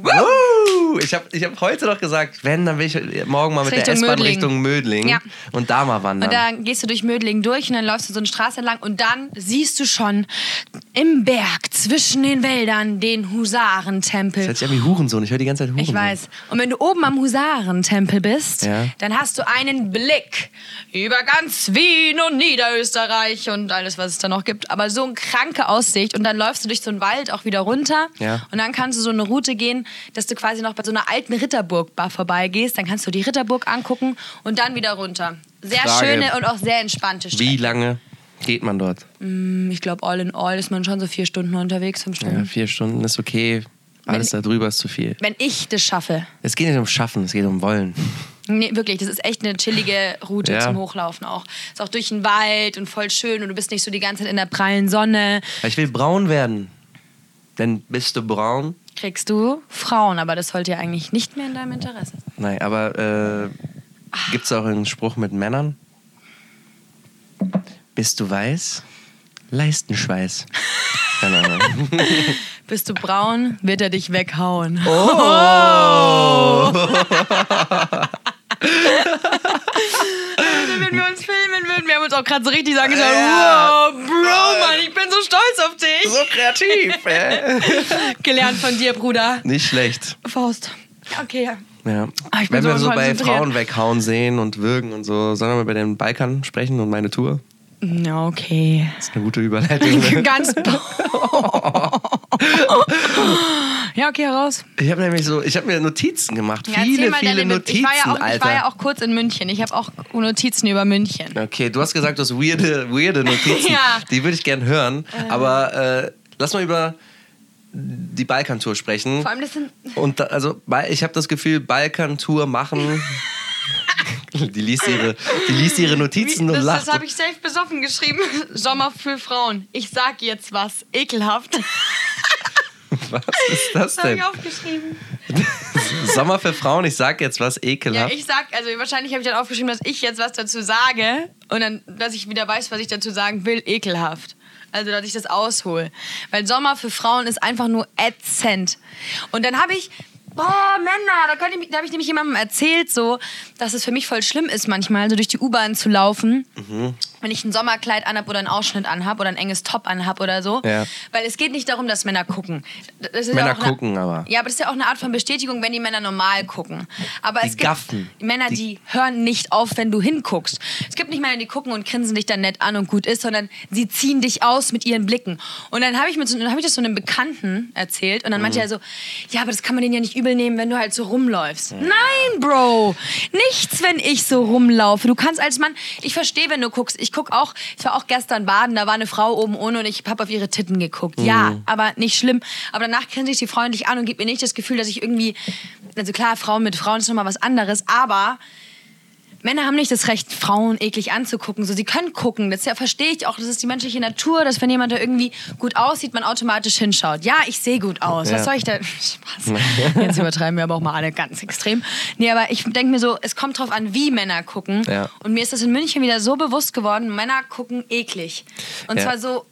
Speaker 1: Woo! Ich habe ich hab heute noch gesagt, wenn, dann will ich morgen mal mit der
Speaker 2: Richtung
Speaker 1: S-Bahn
Speaker 2: Mödling.
Speaker 1: Richtung Mödling
Speaker 2: Ja.
Speaker 1: und da mal wandern.
Speaker 2: Und dann gehst du durch Mödling durch und dann läufst du so eine Straße entlang und dann siehst du schon im Berg zwischen den Wäldern den
Speaker 1: das
Speaker 2: Husarentempel.
Speaker 1: hört sich an wie Hurensohn. Ich höre die ganze Zeit Hurensohn.
Speaker 2: Ich weiß. Und wenn du oben am Husarentempel bist,
Speaker 1: Mhm. Ja.
Speaker 2: dann hast du einen Blick über ganz Wien und Niederösterreich und alles, was es da noch gibt. Aber so eine kranke Aussicht. Und dann läufst du durch so einen Wald auch wieder runter.
Speaker 1: Ja.
Speaker 2: Und dann kannst du so eine Route gehen, dass du quasi noch bei so einer alten Ritterburg bar vorbeigehst. Dann kannst du die Ritterburg angucken und dann wieder runter. Sehr
Speaker 1: Frage.
Speaker 2: schöne und auch sehr entspannte Strecke.
Speaker 1: Wie lange geht man dort?
Speaker 2: Ich glaube, all in all ist man schon so vier Stunden unterwegs, fünf Stunden.
Speaker 1: Ja, vier Stunden ist okay. Alles da drüber ist zu viel.
Speaker 2: Wenn ich das schaffe.
Speaker 1: Es geht nicht um Schaffen, es geht um Wollen.
Speaker 2: Nee, wirklich, das ist echt eine chillige Route
Speaker 1: Ja.
Speaker 2: zum Hochlaufen auch. Ist auch durch den Wald und voll schön und du bist nicht so die ganze Zeit in der prallen Sonne.
Speaker 1: Weil ich will braun werden. Denn bist du braun?
Speaker 2: Kriegst du Frauen, aber das sollte ja eigentlich nicht mehr in deinem Interesse sein.
Speaker 1: Nein, aber äh, gibt es auch einen Spruch mit Männern? Bist du weiß? Leistenschweiß.
Speaker 2: <laughs>
Speaker 1: Keine Ahnung.
Speaker 2: Bist du braun, wird er dich weghauen.
Speaker 1: Oh.
Speaker 2: Oh. <laughs> Wenn wir uns filmen würden, wir haben uns auch gerade so richtig sagen gesagt,
Speaker 1: Ja.
Speaker 2: wow, Bro, Mann, ich bin so stolz auf dich.
Speaker 1: so kreativ, ey.
Speaker 2: Gelernt von dir, Bruder.
Speaker 1: Nicht schlecht.
Speaker 2: Faust. Okay, ja.
Speaker 1: Ja.
Speaker 2: Ah, ich bin
Speaker 1: Wenn wir
Speaker 2: so
Speaker 1: so bei
Speaker 2: konzentriert.
Speaker 1: Frauen weghauen sehen und würgen und so, sollen wir mal über den Balkan sprechen und meine Tour?
Speaker 2: Na, okay.
Speaker 1: Das ist eine gute
Speaker 2: <laughs>
Speaker 1: Überleitung. Ne?
Speaker 2: Ganz. <laughs> ja, okay, raus.
Speaker 1: Ich habe nämlich so, ich habe mir Notizen gemacht.
Speaker 2: Ja,
Speaker 1: viele,
Speaker 2: erzähl mal
Speaker 1: viele
Speaker 2: deine Not-
Speaker 1: Notizen,
Speaker 2: ich war, ja auch, ich
Speaker 1: Alter.
Speaker 2: war ja auch kurz in München. Ich habe auch Notizen über München.
Speaker 1: Okay, du hast gesagt, du hast weirde, weirde Notizen.
Speaker 2: <laughs> Ja.
Speaker 1: Die würde ich gern hören. Aber äh, lass mal über die Balkantour sprechen.
Speaker 2: Vor allem, das sind. <laughs>
Speaker 1: Und da, also, Ba- ich habe das Gefühl, Balkantour machen. Die liest ihre, die liest ihre Notizen
Speaker 2: Wie-
Speaker 1: und
Speaker 2: das
Speaker 1: lacht.
Speaker 2: das habe ich safe besoffen geschrieben. <laughs> Sommer für Frauen. Ich sag jetzt was. Ekelhaft. <laughs>
Speaker 1: was ist das
Speaker 2: Das habe
Speaker 1: denn?
Speaker 2: ich aufgeschrieben.
Speaker 1: Sommer für Frauen, ich sag jetzt was
Speaker 2: Ja,
Speaker 1: ekelhaft.
Speaker 2: ich sag, also wahrscheinlich habe ich dann aufgeschrieben, dass ich jetzt was dazu sage und dann, dass ich wieder weiß, was ich dazu sagen will, ekelhaft. Also, dass ich das aushole. Weil Sommer für Frauen ist einfach nur ätzend. Und dann habe ich, boah, Männer, da, könnte ich mich- da habe ich nämlich jemandem erzählt, so, dass es für mich voll schlimm ist, manchmal so durch die U-Bahn zu laufen,
Speaker 1: Mhm.
Speaker 2: wenn ich ein Sommerkleid anhab oder einen Ausschnitt anhab oder ein enges Top anhab oder so.
Speaker 1: Ja.
Speaker 2: Weil es geht nicht darum, dass Männer gucken. Das ist
Speaker 1: Männer
Speaker 2: auch eine-
Speaker 1: gucken aber.
Speaker 2: Ja, aber das ist ja auch eine Art von Bestätigung, wenn die Männer normal gucken. Aber es gibt
Speaker 1: gaffen.
Speaker 2: Männer, die, hören nicht auf, wenn du hinguckst. Es gibt nicht Männer, die gucken und grinsen dich dann nett an und gut ist, sondern sie ziehen dich aus mit ihren Blicken. Und dann habe ich, mit so, dann hab ich das so einem Bekannten erzählt und dann meinte er so, ja, aber das kann man denen ja nicht übel nehmen, wenn du halt so rumläufst. Nein, Bro, nichts, wenn ich so rumlaufe. Du kannst als Mann, ich verstehe, wenn du guckst. Ich gucke auch, ich war auch gestern baden, da war eine Frau oben ohne und ich habe auf ihre Titten geguckt. Ja, aber nicht schlimm. Aber danach grinse ich die Frauen dich an und gebe mir nicht das Gefühl, dass ich irgendwie, also klar, Frauen mit Frauen ist nochmal was anderes, aber Männer haben nicht das Recht, Frauen eklig anzugucken. So, sie können gucken. Das ja, verstehe ich auch. Das ist die menschliche Natur, dass wenn jemand da irgendwie gut aussieht, man automatisch hinschaut. Ja, ich sehe gut aus.
Speaker 1: Ja.
Speaker 2: Was soll ich da? <laughs> Spaß. Jetzt übertreiben wir aber auch mal alle ganz extrem. Nee, aber ich denke mir so, es kommt drauf an, wie Männer gucken.
Speaker 1: Ja.
Speaker 2: Und mir ist das in München wieder so bewusst geworden, Männer gucken eklig. Und
Speaker 1: Ja.
Speaker 2: zwar so,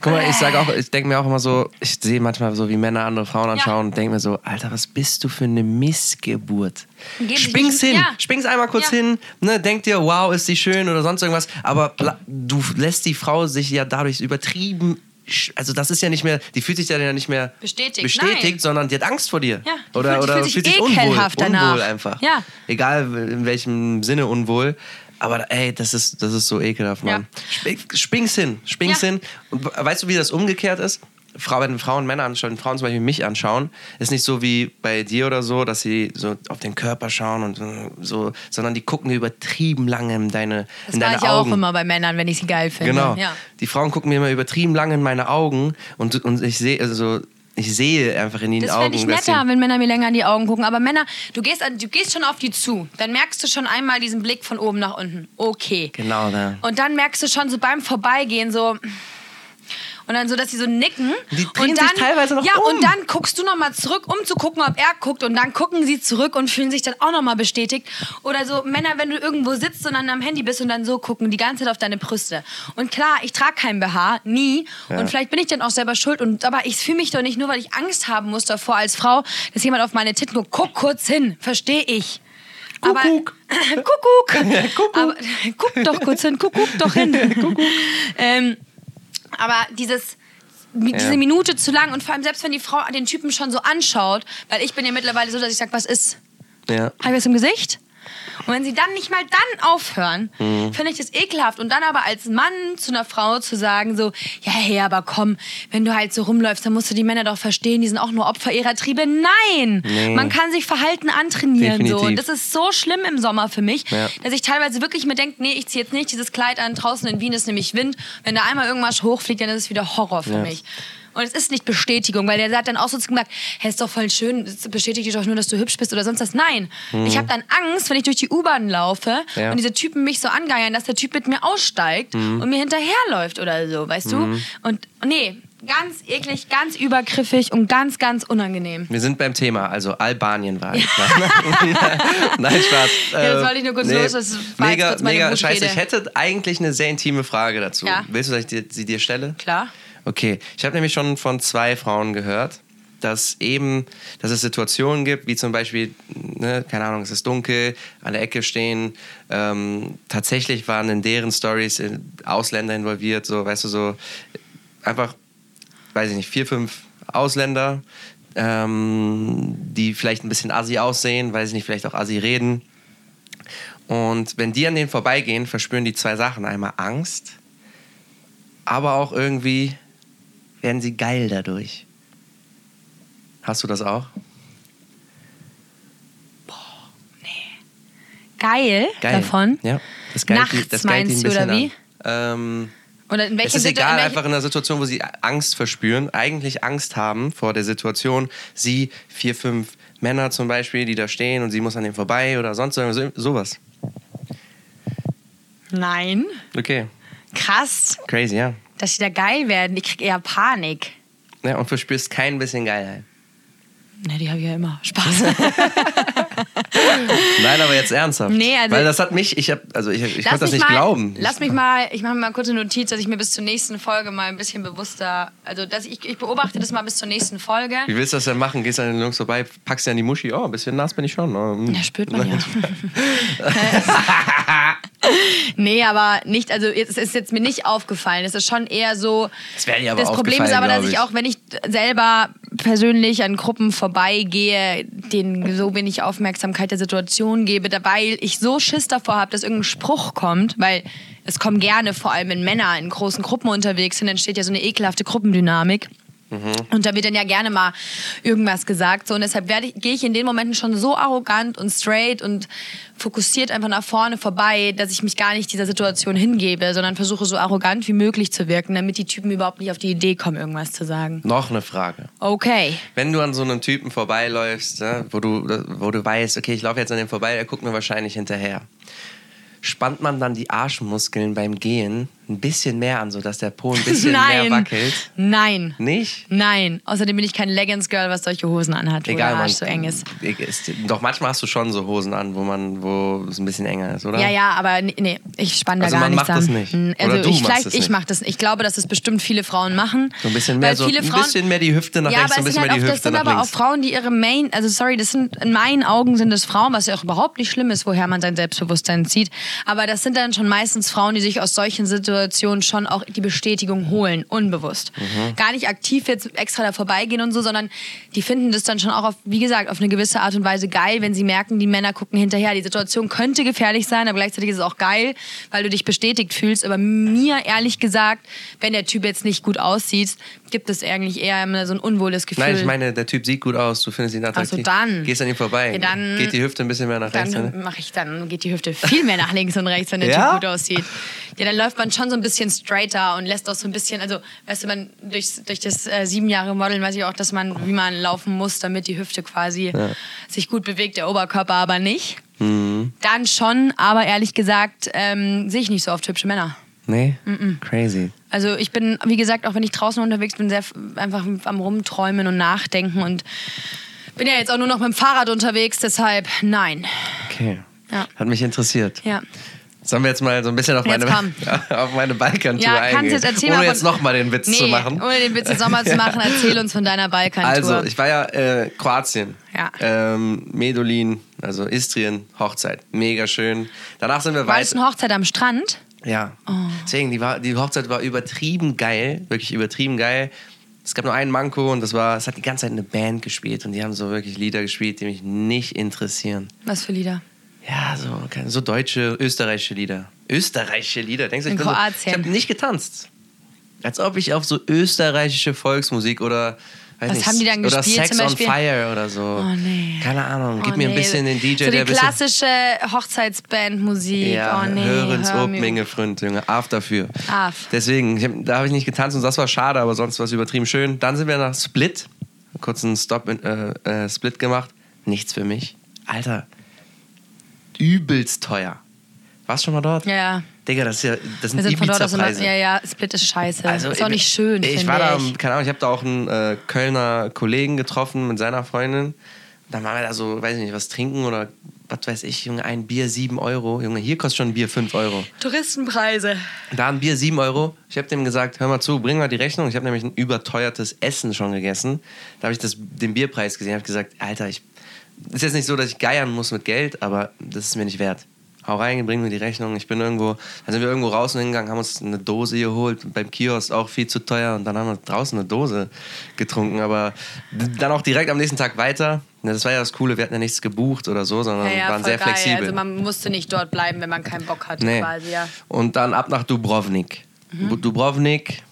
Speaker 1: Guck mal, ich sag auch,
Speaker 2: Äh.
Speaker 1: ich denke mir auch immer so, ich sehe manchmal so, wie Männer andere Frauen anschauen und denke mir so, Alter, was bist du für eine Missgeburt?
Speaker 2: Geben sich
Speaker 1: Springst
Speaker 2: nicht-
Speaker 1: hin,
Speaker 2: ja.
Speaker 1: springst einmal kurz
Speaker 2: Ja.
Speaker 1: hin, ne, denk dir, wow, ist sie schön oder sonst irgendwas, aber bla- du lässt die Frau sich ja dadurch übertrieben, sch- also das ist ja nicht mehr, die fühlt sich ja nicht mehr
Speaker 2: Bestätigt,
Speaker 1: bestätigt
Speaker 2: nein.
Speaker 1: sondern die hat Angst vor dir.
Speaker 2: Ja, die
Speaker 1: oder
Speaker 2: fühlt- die
Speaker 1: oder
Speaker 2: fühlt sich ekelhaft
Speaker 1: unwohl,
Speaker 2: danach.
Speaker 1: unwohl einfach.
Speaker 2: Ja.
Speaker 1: Egal in welchem Sinne unwohl. Aber ey, das ist, das ist so ekelhaft, Mann. Sp- Springst hin, springst
Speaker 2: Ja.
Speaker 1: hin. Und we- weißt du, wie das umgekehrt ist? Frau, wenn Frauen Männer anschauen, wenn Frauen zum Beispiel mich anschauen, ist nicht so wie bei dir oder so, dass sie so auf den Körper schauen und so, sondern die gucken dir übertrieben lange in deine,
Speaker 2: das
Speaker 1: in
Speaker 2: war
Speaker 1: deine
Speaker 2: ich
Speaker 1: Augen.
Speaker 2: auch immer bei Männern, wenn ich sie geil finde.
Speaker 1: Genau.
Speaker 2: Ja.
Speaker 1: Die Frauen gucken mir immer übertrieben lange in meine Augen und, und ich sehe, also ich sehe einfach in den
Speaker 2: Das
Speaker 1: Augen,
Speaker 2: fände ich
Speaker 1: dass sie-
Speaker 2: netter, wenn Männer mir länger in die Augen gucken. Aber Männer, du gehst, an, du gehst schon auf die zu. Dann merkst du schon einmal diesen Blick von oben nach unten. Okay.
Speaker 1: Genau, da.
Speaker 2: Und dann merkst du schon so beim Vorbeigehen so. Und dann so, dass sie so nicken.
Speaker 1: Die drehen sich
Speaker 2: und dann,
Speaker 1: teilweise noch
Speaker 2: Ja,
Speaker 1: um.
Speaker 2: und dann guckst du nochmal zurück, um zu gucken, ob er guckt. Und dann gucken sie zurück und fühlen sich dann auch nochmal bestätigt. Oder so Männer, wenn du irgendwo sitzt und dann am Handy bist und dann so gucken, die ganze Zeit auf deine Brüste. Und klar, ich trage kein BH, nie. Und vielleicht bin ich dann auch selber schuld. Und, aber ich fühle mich doch nicht nur, weil ich Angst haben muss davor als Frau, dass jemand auf meine Titten guckt. Guck kurz hin, verstehe ich.
Speaker 1: Kuckuck.
Speaker 2: Aber, <laughs> Kuckuck. Aber, guck doch kurz hin, guck, guck doch hin. <laughs> Ähm, aber dieses mi- diese
Speaker 1: Ja.
Speaker 2: Minute zu lang und vor allem selbst wenn die Frau den Typen schon so anschaut, weil ich bin ja mittlerweile so, dass ich sage, was ist?
Speaker 1: Ja.
Speaker 2: Habe ich was im Gesicht? Und wenn sie dann nicht mal dann aufhören,
Speaker 1: Mhm.
Speaker 2: finde ich das ekelhaft. Und dann aber als Mann zu einer Frau zu sagen, so, ja, hey, aber komm, wenn du halt so rumläufst, dann musst du die Männer doch verstehen, die sind auch nur Opfer ihrer Triebe. Nein!
Speaker 1: Nee.
Speaker 2: Man kann sich Verhalten antrainieren. So. Und
Speaker 1: Definitiv.
Speaker 2: das ist so schlimm im Sommer für mich,
Speaker 1: Ja.
Speaker 2: dass ich teilweise wirklich mir denke, nee, ich ziehe jetzt nicht dieses Kleid an. Draußen in Wien ist nämlich Wind. Wenn da einmal irgendwas hochfliegt, dann ist es wieder Horror für
Speaker 1: Ja.
Speaker 2: mich. Und es ist nicht Bestätigung, weil der hat dann auch so gesagt, hey, ist doch voll schön, das bestätigt dich doch nur, dass du hübsch bist oder sonst was. Nein, ich habe dann Angst, wenn ich durch die U-Bahn laufe
Speaker 1: Hm. Ja. Hm.
Speaker 2: und diese Typen mich so angeiern, dass der Typ mit mir aussteigt und mir hinterherläuft oder so, weißt du? Und nee, ganz eklig, ganz übergriffig und ganz, ganz unangenehm.
Speaker 1: Wir sind beim Thema, also Albanien war
Speaker 2: <laughs>
Speaker 1: ich. Nein, Spaß.
Speaker 2: Ja, das
Speaker 1: Äh,
Speaker 2: wollte ich nur kurz los, das war jetzt
Speaker 1: mega,
Speaker 2: kurz meine
Speaker 1: mega
Speaker 2: Wutrede.
Speaker 1: scheiße. Ich hätte eigentlich eine sehr intime Frage dazu.
Speaker 2: Ja.
Speaker 1: Willst du, dass ich dir, sie dir stelle?
Speaker 2: Klar.
Speaker 1: Okay, ich habe nämlich schon von zwei Frauen gehört, dass eben, dass es Situationen gibt, wie zum Beispiel, ne, keine Ahnung, es ist dunkel, an der Ecke stehen. Ähm, tatsächlich waren in deren Stories äh, Ausländer involviert, so, weißt du, so einfach weiß ich nicht, vier, fünf Ausländer, ähm, die vielleicht ein bisschen assi aussehen, weiß ich nicht, vielleicht auch assi reden. Und wenn die an denen vorbeigehen, verspüren die zwei Sachen. Einmal Angst, aber auch irgendwie werden sie geil dadurch. Hast du das auch?
Speaker 2: Geil,
Speaker 1: Geil.
Speaker 2: davon.
Speaker 1: Ja. Das geilt die-
Speaker 2: Nachts
Speaker 1: das geilt die
Speaker 2: meinst
Speaker 1: ein
Speaker 2: du, oder
Speaker 1: bisschen
Speaker 2: wie?
Speaker 1: an. Ähm,
Speaker 2: Oder in welcher
Speaker 1: Es ist
Speaker 2: Situ- in
Speaker 1: egal,
Speaker 2: welcher-
Speaker 1: einfach in einer Situation, wo sie Angst verspüren, eigentlich Angst haben vor der Situation, sie, vier, fünf Männer zum Beispiel, die da stehen und sie muss an dem vorbei oder sonst irgendwas, sowas.
Speaker 2: Nein.
Speaker 1: Okay,
Speaker 2: Krass,
Speaker 1: crazy, ja.
Speaker 2: dass die da geil werden. Ich krieg eher Panik.
Speaker 1: ja und verspürst kein bisschen Geilheit.
Speaker 2: Ne, die habe ich ja immer. Spaß.
Speaker 1: Nein, aber jetzt ernsthaft.
Speaker 2: Nee, also-
Speaker 1: Weil das hat mich, ich, hab, also ich, ich konnte das
Speaker 2: mich
Speaker 1: nicht
Speaker 2: mal,
Speaker 1: glauben.
Speaker 2: Lass mich mal, ich mache mal kurz eine Notiz, dass ich mir bis zur nächsten Folge mal ein bisschen bewusster, also dass ich, ich beobachte das mal bis zur nächsten Folge.
Speaker 1: Wie willst du das denn machen? Gehst an den Jungs vorbei, packst dir an die Muschi, oh, ein bisschen nass bin ich schon. Oh, hm.
Speaker 2: Ja, spürt man ja. nee, aber nicht, also jetzt- es ist jetzt mir nicht aufgefallen. Es ist schon eher so.
Speaker 1: Das wäre dir aber
Speaker 2: das Problem ist
Speaker 1: aufgefallen,
Speaker 2: aber, dass
Speaker 1: glaub
Speaker 2: ich
Speaker 1: ich.
Speaker 2: auch, wenn ich selber persönlich an Gruppen vorbeigehe, denen so wenig Aufmerksamkeit der Situation gebe, da- weil ich so Schiss davor habe, dass irgendein Spruch kommt, weil es kommen gerne, vor allem wenn Männer in großen Gruppen unterwegs sind, entsteht ja so eine ekelhafte Gruppendynamik. Und da wird dann ja gerne mal irgendwas gesagt. So, und deshalb werde ich, gehe ich in den Momenten schon so arrogant und straight und fokussiert einfach nach vorne vorbei, dass ich mich gar nicht dieser Situation hingebe, sondern versuche so arrogant wie möglich zu wirken, damit die Typen überhaupt nicht auf die Idee kommen, irgendwas zu sagen.
Speaker 1: <laughs> Noch eine Frage.
Speaker 2: Okay.
Speaker 1: Wenn du an so einem Typen vorbeiläufst, ne, wo, du, wo du weißt, okay, ich laufe jetzt an dem vorbei, er guckt mir wahrscheinlich hinterher. Spannt man dann die Arschmuskeln beim Gehen ein bisschen mehr an, sodass der Po ein bisschen
Speaker 2: Nein.
Speaker 1: mehr wackelt?
Speaker 2: Nein.
Speaker 1: Nicht?
Speaker 2: Nein. Außerdem bin ich kein Leggings-Girl, was solche Hosen anhat, wo
Speaker 1: Egal,
Speaker 2: der
Speaker 1: man.
Speaker 2: Arsch so eng ist.
Speaker 1: Ist, doch manchmal hast du schon so Hosen an, wo man, wo es ein bisschen enger ist, oder?
Speaker 2: Ja, ja, aber nee, nee ich spanne da
Speaker 1: Also
Speaker 2: gar
Speaker 1: man
Speaker 2: nichts
Speaker 1: macht das
Speaker 2: an.
Speaker 1: nicht.
Speaker 2: Mm,
Speaker 1: Oder
Speaker 2: Also
Speaker 1: du
Speaker 2: ich
Speaker 1: machst
Speaker 2: vielleicht,
Speaker 1: das
Speaker 2: ich
Speaker 1: nicht.
Speaker 2: mache das. Ich glaube, dass das bestimmt viele Frauen machen.
Speaker 1: So ein bisschen mehr,
Speaker 2: weil
Speaker 1: so,
Speaker 2: viele Frauen,
Speaker 1: ein bisschen mehr die Hüfte nach
Speaker 2: ja,
Speaker 1: rechts,
Speaker 2: aber
Speaker 1: ein
Speaker 2: es
Speaker 1: bisschen
Speaker 2: sind
Speaker 1: mehr
Speaker 2: halt
Speaker 1: die
Speaker 2: auch, das
Speaker 1: Hüfte
Speaker 2: sind
Speaker 1: nach
Speaker 2: aber auch
Speaker 1: links.
Speaker 2: Frauen, die ihre Main, also sorry, das sind in meinen Augen sind das Frauen, was ja auch überhaupt nicht schlimm ist, woher man sein Selbstbewusstsein zieht. Aber das sind dann schon meistens Frauen, die sich aus solchen Situationen schon auch die Bestätigung holen, unbewusst.
Speaker 1: Mhm.
Speaker 2: Gar nicht aktiv jetzt extra da vorbeigehen und so, sondern die finden das dann schon auch auf, wie gesagt, auf eine gewisse Art und Weise geil, wenn sie merken, die Männer gucken hinterher. Die Situation könnte gefährlich sein, aber gleichzeitig ist es auch geil, weil du dich bestätigt fühlst. Aber mir ehrlich gesagt, wenn der Typ jetzt nicht gut aussieht, gibt es eigentlich eher immer so ein unwohles Gefühl.
Speaker 1: Nein, ich meine, der Typ sieht gut aus, du findest ihn attraktiv.
Speaker 2: dann.
Speaker 1: Gehst an ihm vorbei,
Speaker 2: Ja, dann-
Speaker 1: geht die Hüfte ein bisschen mehr nach rechts. ne?
Speaker 2: Dann mache ich dann, geht die Hüfte viel mehr nach links und rechts,
Speaker 1: <laughs>
Speaker 2: wenn der
Speaker 1: Ja?
Speaker 2: Typ gut aussieht. Ja, dann läuft man schon so ein bisschen straighter und lässt auch so ein bisschen, also weißt du, man durch, durch das äh, sieben Jahre Modeln weiß ich auch, dass man, wie man laufen muss, damit die Hüfte quasi sich gut bewegt, der Oberkörper aber nicht.
Speaker 1: Mhm.
Speaker 2: Dann schon, aber ehrlich gesagt, ähm, sehe ich nicht so oft hübsche Männer.
Speaker 1: Nee?
Speaker 2: Mhm.
Speaker 1: Crazy.
Speaker 2: Also ich bin, wie gesagt, auch wenn ich draußen unterwegs bin, sehr f- einfach am Rumträumen und Nachdenken und bin ja jetzt auch nur noch mit dem Fahrrad unterwegs, deshalb nein.
Speaker 1: Okay.
Speaker 2: Ja.
Speaker 1: Hat mich interessiert.
Speaker 2: Ja.
Speaker 1: Sollen wir jetzt mal so ein bisschen auf
Speaker 2: Jetzt
Speaker 1: meine, <laughs>
Speaker 2: komm.
Speaker 1: auf meine Balkan-Tour
Speaker 2: Ja, kannst
Speaker 1: eingehen?
Speaker 2: jetzt erzählen.
Speaker 1: ohne
Speaker 2: aber-
Speaker 1: jetzt nochmal den Witz
Speaker 2: nee,
Speaker 1: zu machen.
Speaker 2: Ohne den Witz
Speaker 1: <laughs>
Speaker 2: jetzt nochmal zu machen, erzähl uns von deiner Balkantour.
Speaker 1: Also, ich war ja äh, Kroatien.
Speaker 2: Ja.
Speaker 1: Ähm, Medulin, also Istrien, Hochzeit. Mega schön. Danach sind wir
Speaker 2: war das
Speaker 1: weiter.
Speaker 2: eine Hochzeit am Strand?
Speaker 1: Ja.
Speaker 2: Oh.
Speaker 1: Deswegen, die, war, die Hochzeit war übertrieben geil. Wirklich übertrieben geil. Es gab nur einen Manko und das war, es hat die ganze Zeit eine Band gespielt und die haben so wirklich Lieder gespielt, die mich nicht interessieren.
Speaker 2: Was für Lieder?
Speaker 1: Ja, so, keine- so deutsche, österreichische Lieder. Österreichische Lieder, denkst du?
Speaker 2: In
Speaker 1: ich bin So,
Speaker 2: Kroatien.
Speaker 1: ich habe nicht getanzt. Als ob ich auf so österreichische Volksmusik oder weiß
Speaker 2: Was
Speaker 1: nicht,
Speaker 2: haben die dann
Speaker 1: oder
Speaker 2: gespielt
Speaker 1: Sex
Speaker 2: zum
Speaker 1: on
Speaker 2: Beispiel?
Speaker 1: Fire oder so.
Speaker 2: Oh, nee.
Speaker 1: Keine Ahnung, gib
Speaker 2: Oh,
Speaker 1: mir ein
Speaker 2: nee.
Speaker 1: bisschen den DJ, der
Speaker 2: so die
Speaker 1: ein bisschen
Speaker 2: klassische Hochzeitsbandmusik.
Speaker 1: ja,
Speaker 2: oh nee,
Speaker 1: hör ins
Speaker 2: hör
Speaker 1: Ohr,
Speaker 2: mir-
Speaker 1: Menge Freund, Junge. Af dafür.
Speaker 2: Af.
Speaker 1: Deswegen, ich hab, da habe ich nicht getanzt und das war schade, aber sonst war es übertrieben schön. Dann sind wir nach Split, kurz einen Stop in, äh, äh, Split gemacht. Nichts für mich. Alter, übelst teuer. Warst schon mal dort?
Speaker 2: Ja, ja.
Speaker 1: Digga, das, ist ja, das sind,
Speaker 2: Wir sind von dort aus immer,
Speaker 1: Ibiza-Preise. Also,
Speaker 2: ja, ja, Split ist scheiße. ist auch
Speaker 1: ich-
Speaker 2: nicht schön,
Speaker 1: Ich
Speaker 2: finde
Speaker 1: war da,
Speaker 2: ich.
Speaker 1: keine Ahnung, ich habe da auch einen äh, Kölner Kollegen getroffen mit seiner Freundin. Dann waren wir da so, weiß ich nicht, was trinken oder was weiß ich, Junge, ein Bier 7 Euro. Junge, hier kostet schon ein Bier 5 Euro.
Speaker 2: Touristenpreise.
Speaker 1: Da ein Bier 7 Euro. Ich habe dem gesagt, hör mal zu, bring mal die Rechnung. Ich habe nämlich ein überteuertes Essen schon gegessen. Da habe ich das, den Bierpreis gesehen, habe gesagt, Alter, ich ist jetzt nicht so, dass ich geiern muss mit Geld, aber das ist mir nicht wert. Hau rein, bring mir die Rechnung. Ich bin irgendwo, dann sind wir irgendwo raus und hingegangen, haben uns eine Dose geholt. Beim Kiosk auch viel zu teuer und dann haben wir draußen eine Dose getrunken. Aber d- dann auch direkt am nächsten Tag weiter. Ja, Das war ja das Coole, wir hatten ja nichts gebucht oder so, sondern
Speaker 2: Ja, ja,
Speaker 1: waren
Speaker 2: voll
Speaker 1: sehr
Speaker 2: geil.
Speaker 1: flexibel.
Speaker 2: Also man musste nicht dort bleiben, wenn man keinen Bock hatte quasi, ja. Mhm.
Speaker 1: Und dann ab nach Dubrovnik. Bu- Dubrovnik,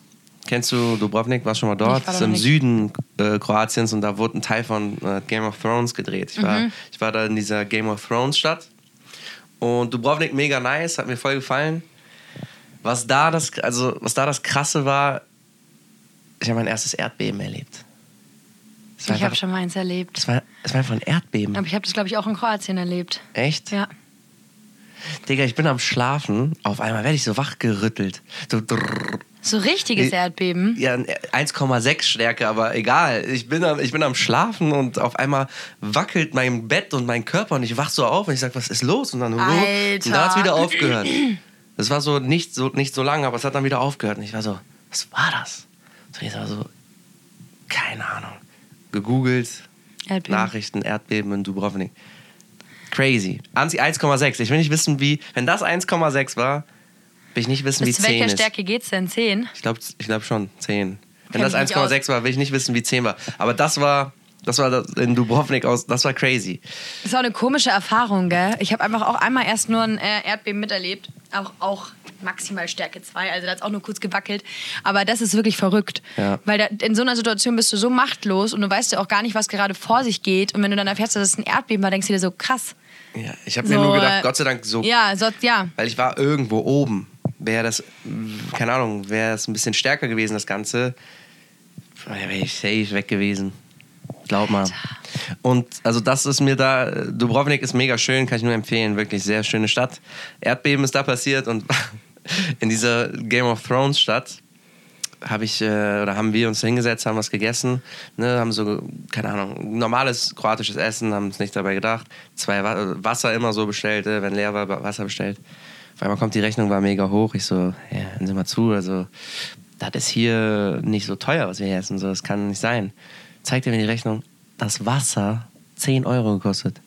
Speaker 1: kennst du Dubrovnik? Warst schon mal dort?
Speaker 2: Ich war
Speaker 1: Das ist
Speaker 2: da
Speaker 1: im
Speaker 2: nicht.
Speaker 1: Süden äh, Kroatiens und da wurde ein Teil von äh, Game of Thrones gedreht. Ich war,
Speaker 2: Mhm.
Speaker 1: ich war da in dieser Game of Thrones Stadt. Und Dubrovnik mega nice, hat mir voll gefallen. Was da das, also, was da das Krasse war, ich habe mein erstes Erdbeben erlebt. Es war
Speaker 2: Ich habe
Speaker 1: einfach,
Speaker 2: schon Ähm, mal eins erlebt.
Speaker 1: es war, es war einfach ein Erdbeben.
Speaker 2: Aber ich habe das, glaube ich, auch in Kroatien erlebt.
Speaker 1: Echt?
Speaker 2: Ja.
Speaker 1: Digga, ich bin am Schlafen. Auf einmal werde ich so wachgerüttelt. So drrrr.
Speaker 2: So richtiges
Speaker 1: Nee.
Speaker 2: Erdbeben.
Speaker 1: Ja, 1,6 Stärke, aber egal. Ich bin, am, ich bin am Schlafen und auf einmal wackelt mein Bett und mein Körper und ich wach so auf und ich sag, was ist los? Und dann,
Speaker 2: Alter.
Speaker 1: und da hat's wieder aufgehört. Das war so nicht, so nicht so lang, aber es hat dann wieder aufgehört. Und ich war so, was war das? Und ich war so, keine Ahnung. Gegoogelt,
Speaker 2: Erdbeben.
Speaker 1: Nachrichten, Erdbeben in Dubrovnik. Crazy. Anzi- 1,6. Ich will nicht wissen, wie, wenn das 1,6 war, will ich nicht wissen,
Speaker 2: Bis zu
Speaker 1: wie 10
Speaker 2: welcher
Speaker 1: ist.
Speaker 2: Stärke geht's denn? 10?
Speaker 1: Ich glaube ich glaub schon, 10. Wenn
Speaker 2: Kenn
Speaker 1: das
Speaker 2: ich mich
Speaker 1: 1,6 war, will ich nicht wissen, wie 10 war. Aber das war, das war das in Dubrovnik aus, das war crazy.
Speaker 2: Ist auch eine komische Erfahrung, gell? Ich habe einfach auch einmal erst nur ein äh, Erdbeben miterlebt. Auch, auch maximal Stärke 2. Also da hat es auch nur kurz gewackelt. Aber das ist wirklich verrückt.
Speaker 1: Ja.
Speaker 2: Weil da, in so einer Situation bist du so machtlos und du weißt ja auch gar nicht, was gerade vor sich geht. Und wenn du dann erfährst, dass es ein Erdbeben war, denkst du dir so krass.
Speaker 1: Ja, ich habe
Speaker 2: So,
Speaker 1: mir nur
Speaker 2: äh,
Speaker 1: gedacht, Gott sei Dank so,
Speaker 2: Ja, so, ja.
Speaker 1: weil ich war irgendwo oben. Wäre das, mh, keine Ahnung, wäre das ein bisschen stärker gewesen, das Ganze, wäre ich safe weg gewesen. Glaub mal. Und also das ist mir da, Dubrovnik ist mega schön, kann ich nur empfehlen, wirklich sehr schöne Stadt. Erdbeben ist da passiert und <laughs> in dieser Game of Thrones Stadt habe ich äh, oder haben wir uns hingesetzt, haben was gegessen, ne, haben so keine Ahnung normales kroatisches Essen, haben uns nicht dabei gedacht, zwei Wa äh, Wasser immer so bestellt, äh, wenn leer war Wa- Wasser bestellt. Auf einmal kommt die Rechnung, war mega hoch. Ich so, ja, hören Sie mal zu, also das ist hier nicht so teuer, was wir hier essen, so das kann nicht sein. Zeigt er mir die Rechnung, das Wasser 10 Euro gekostet.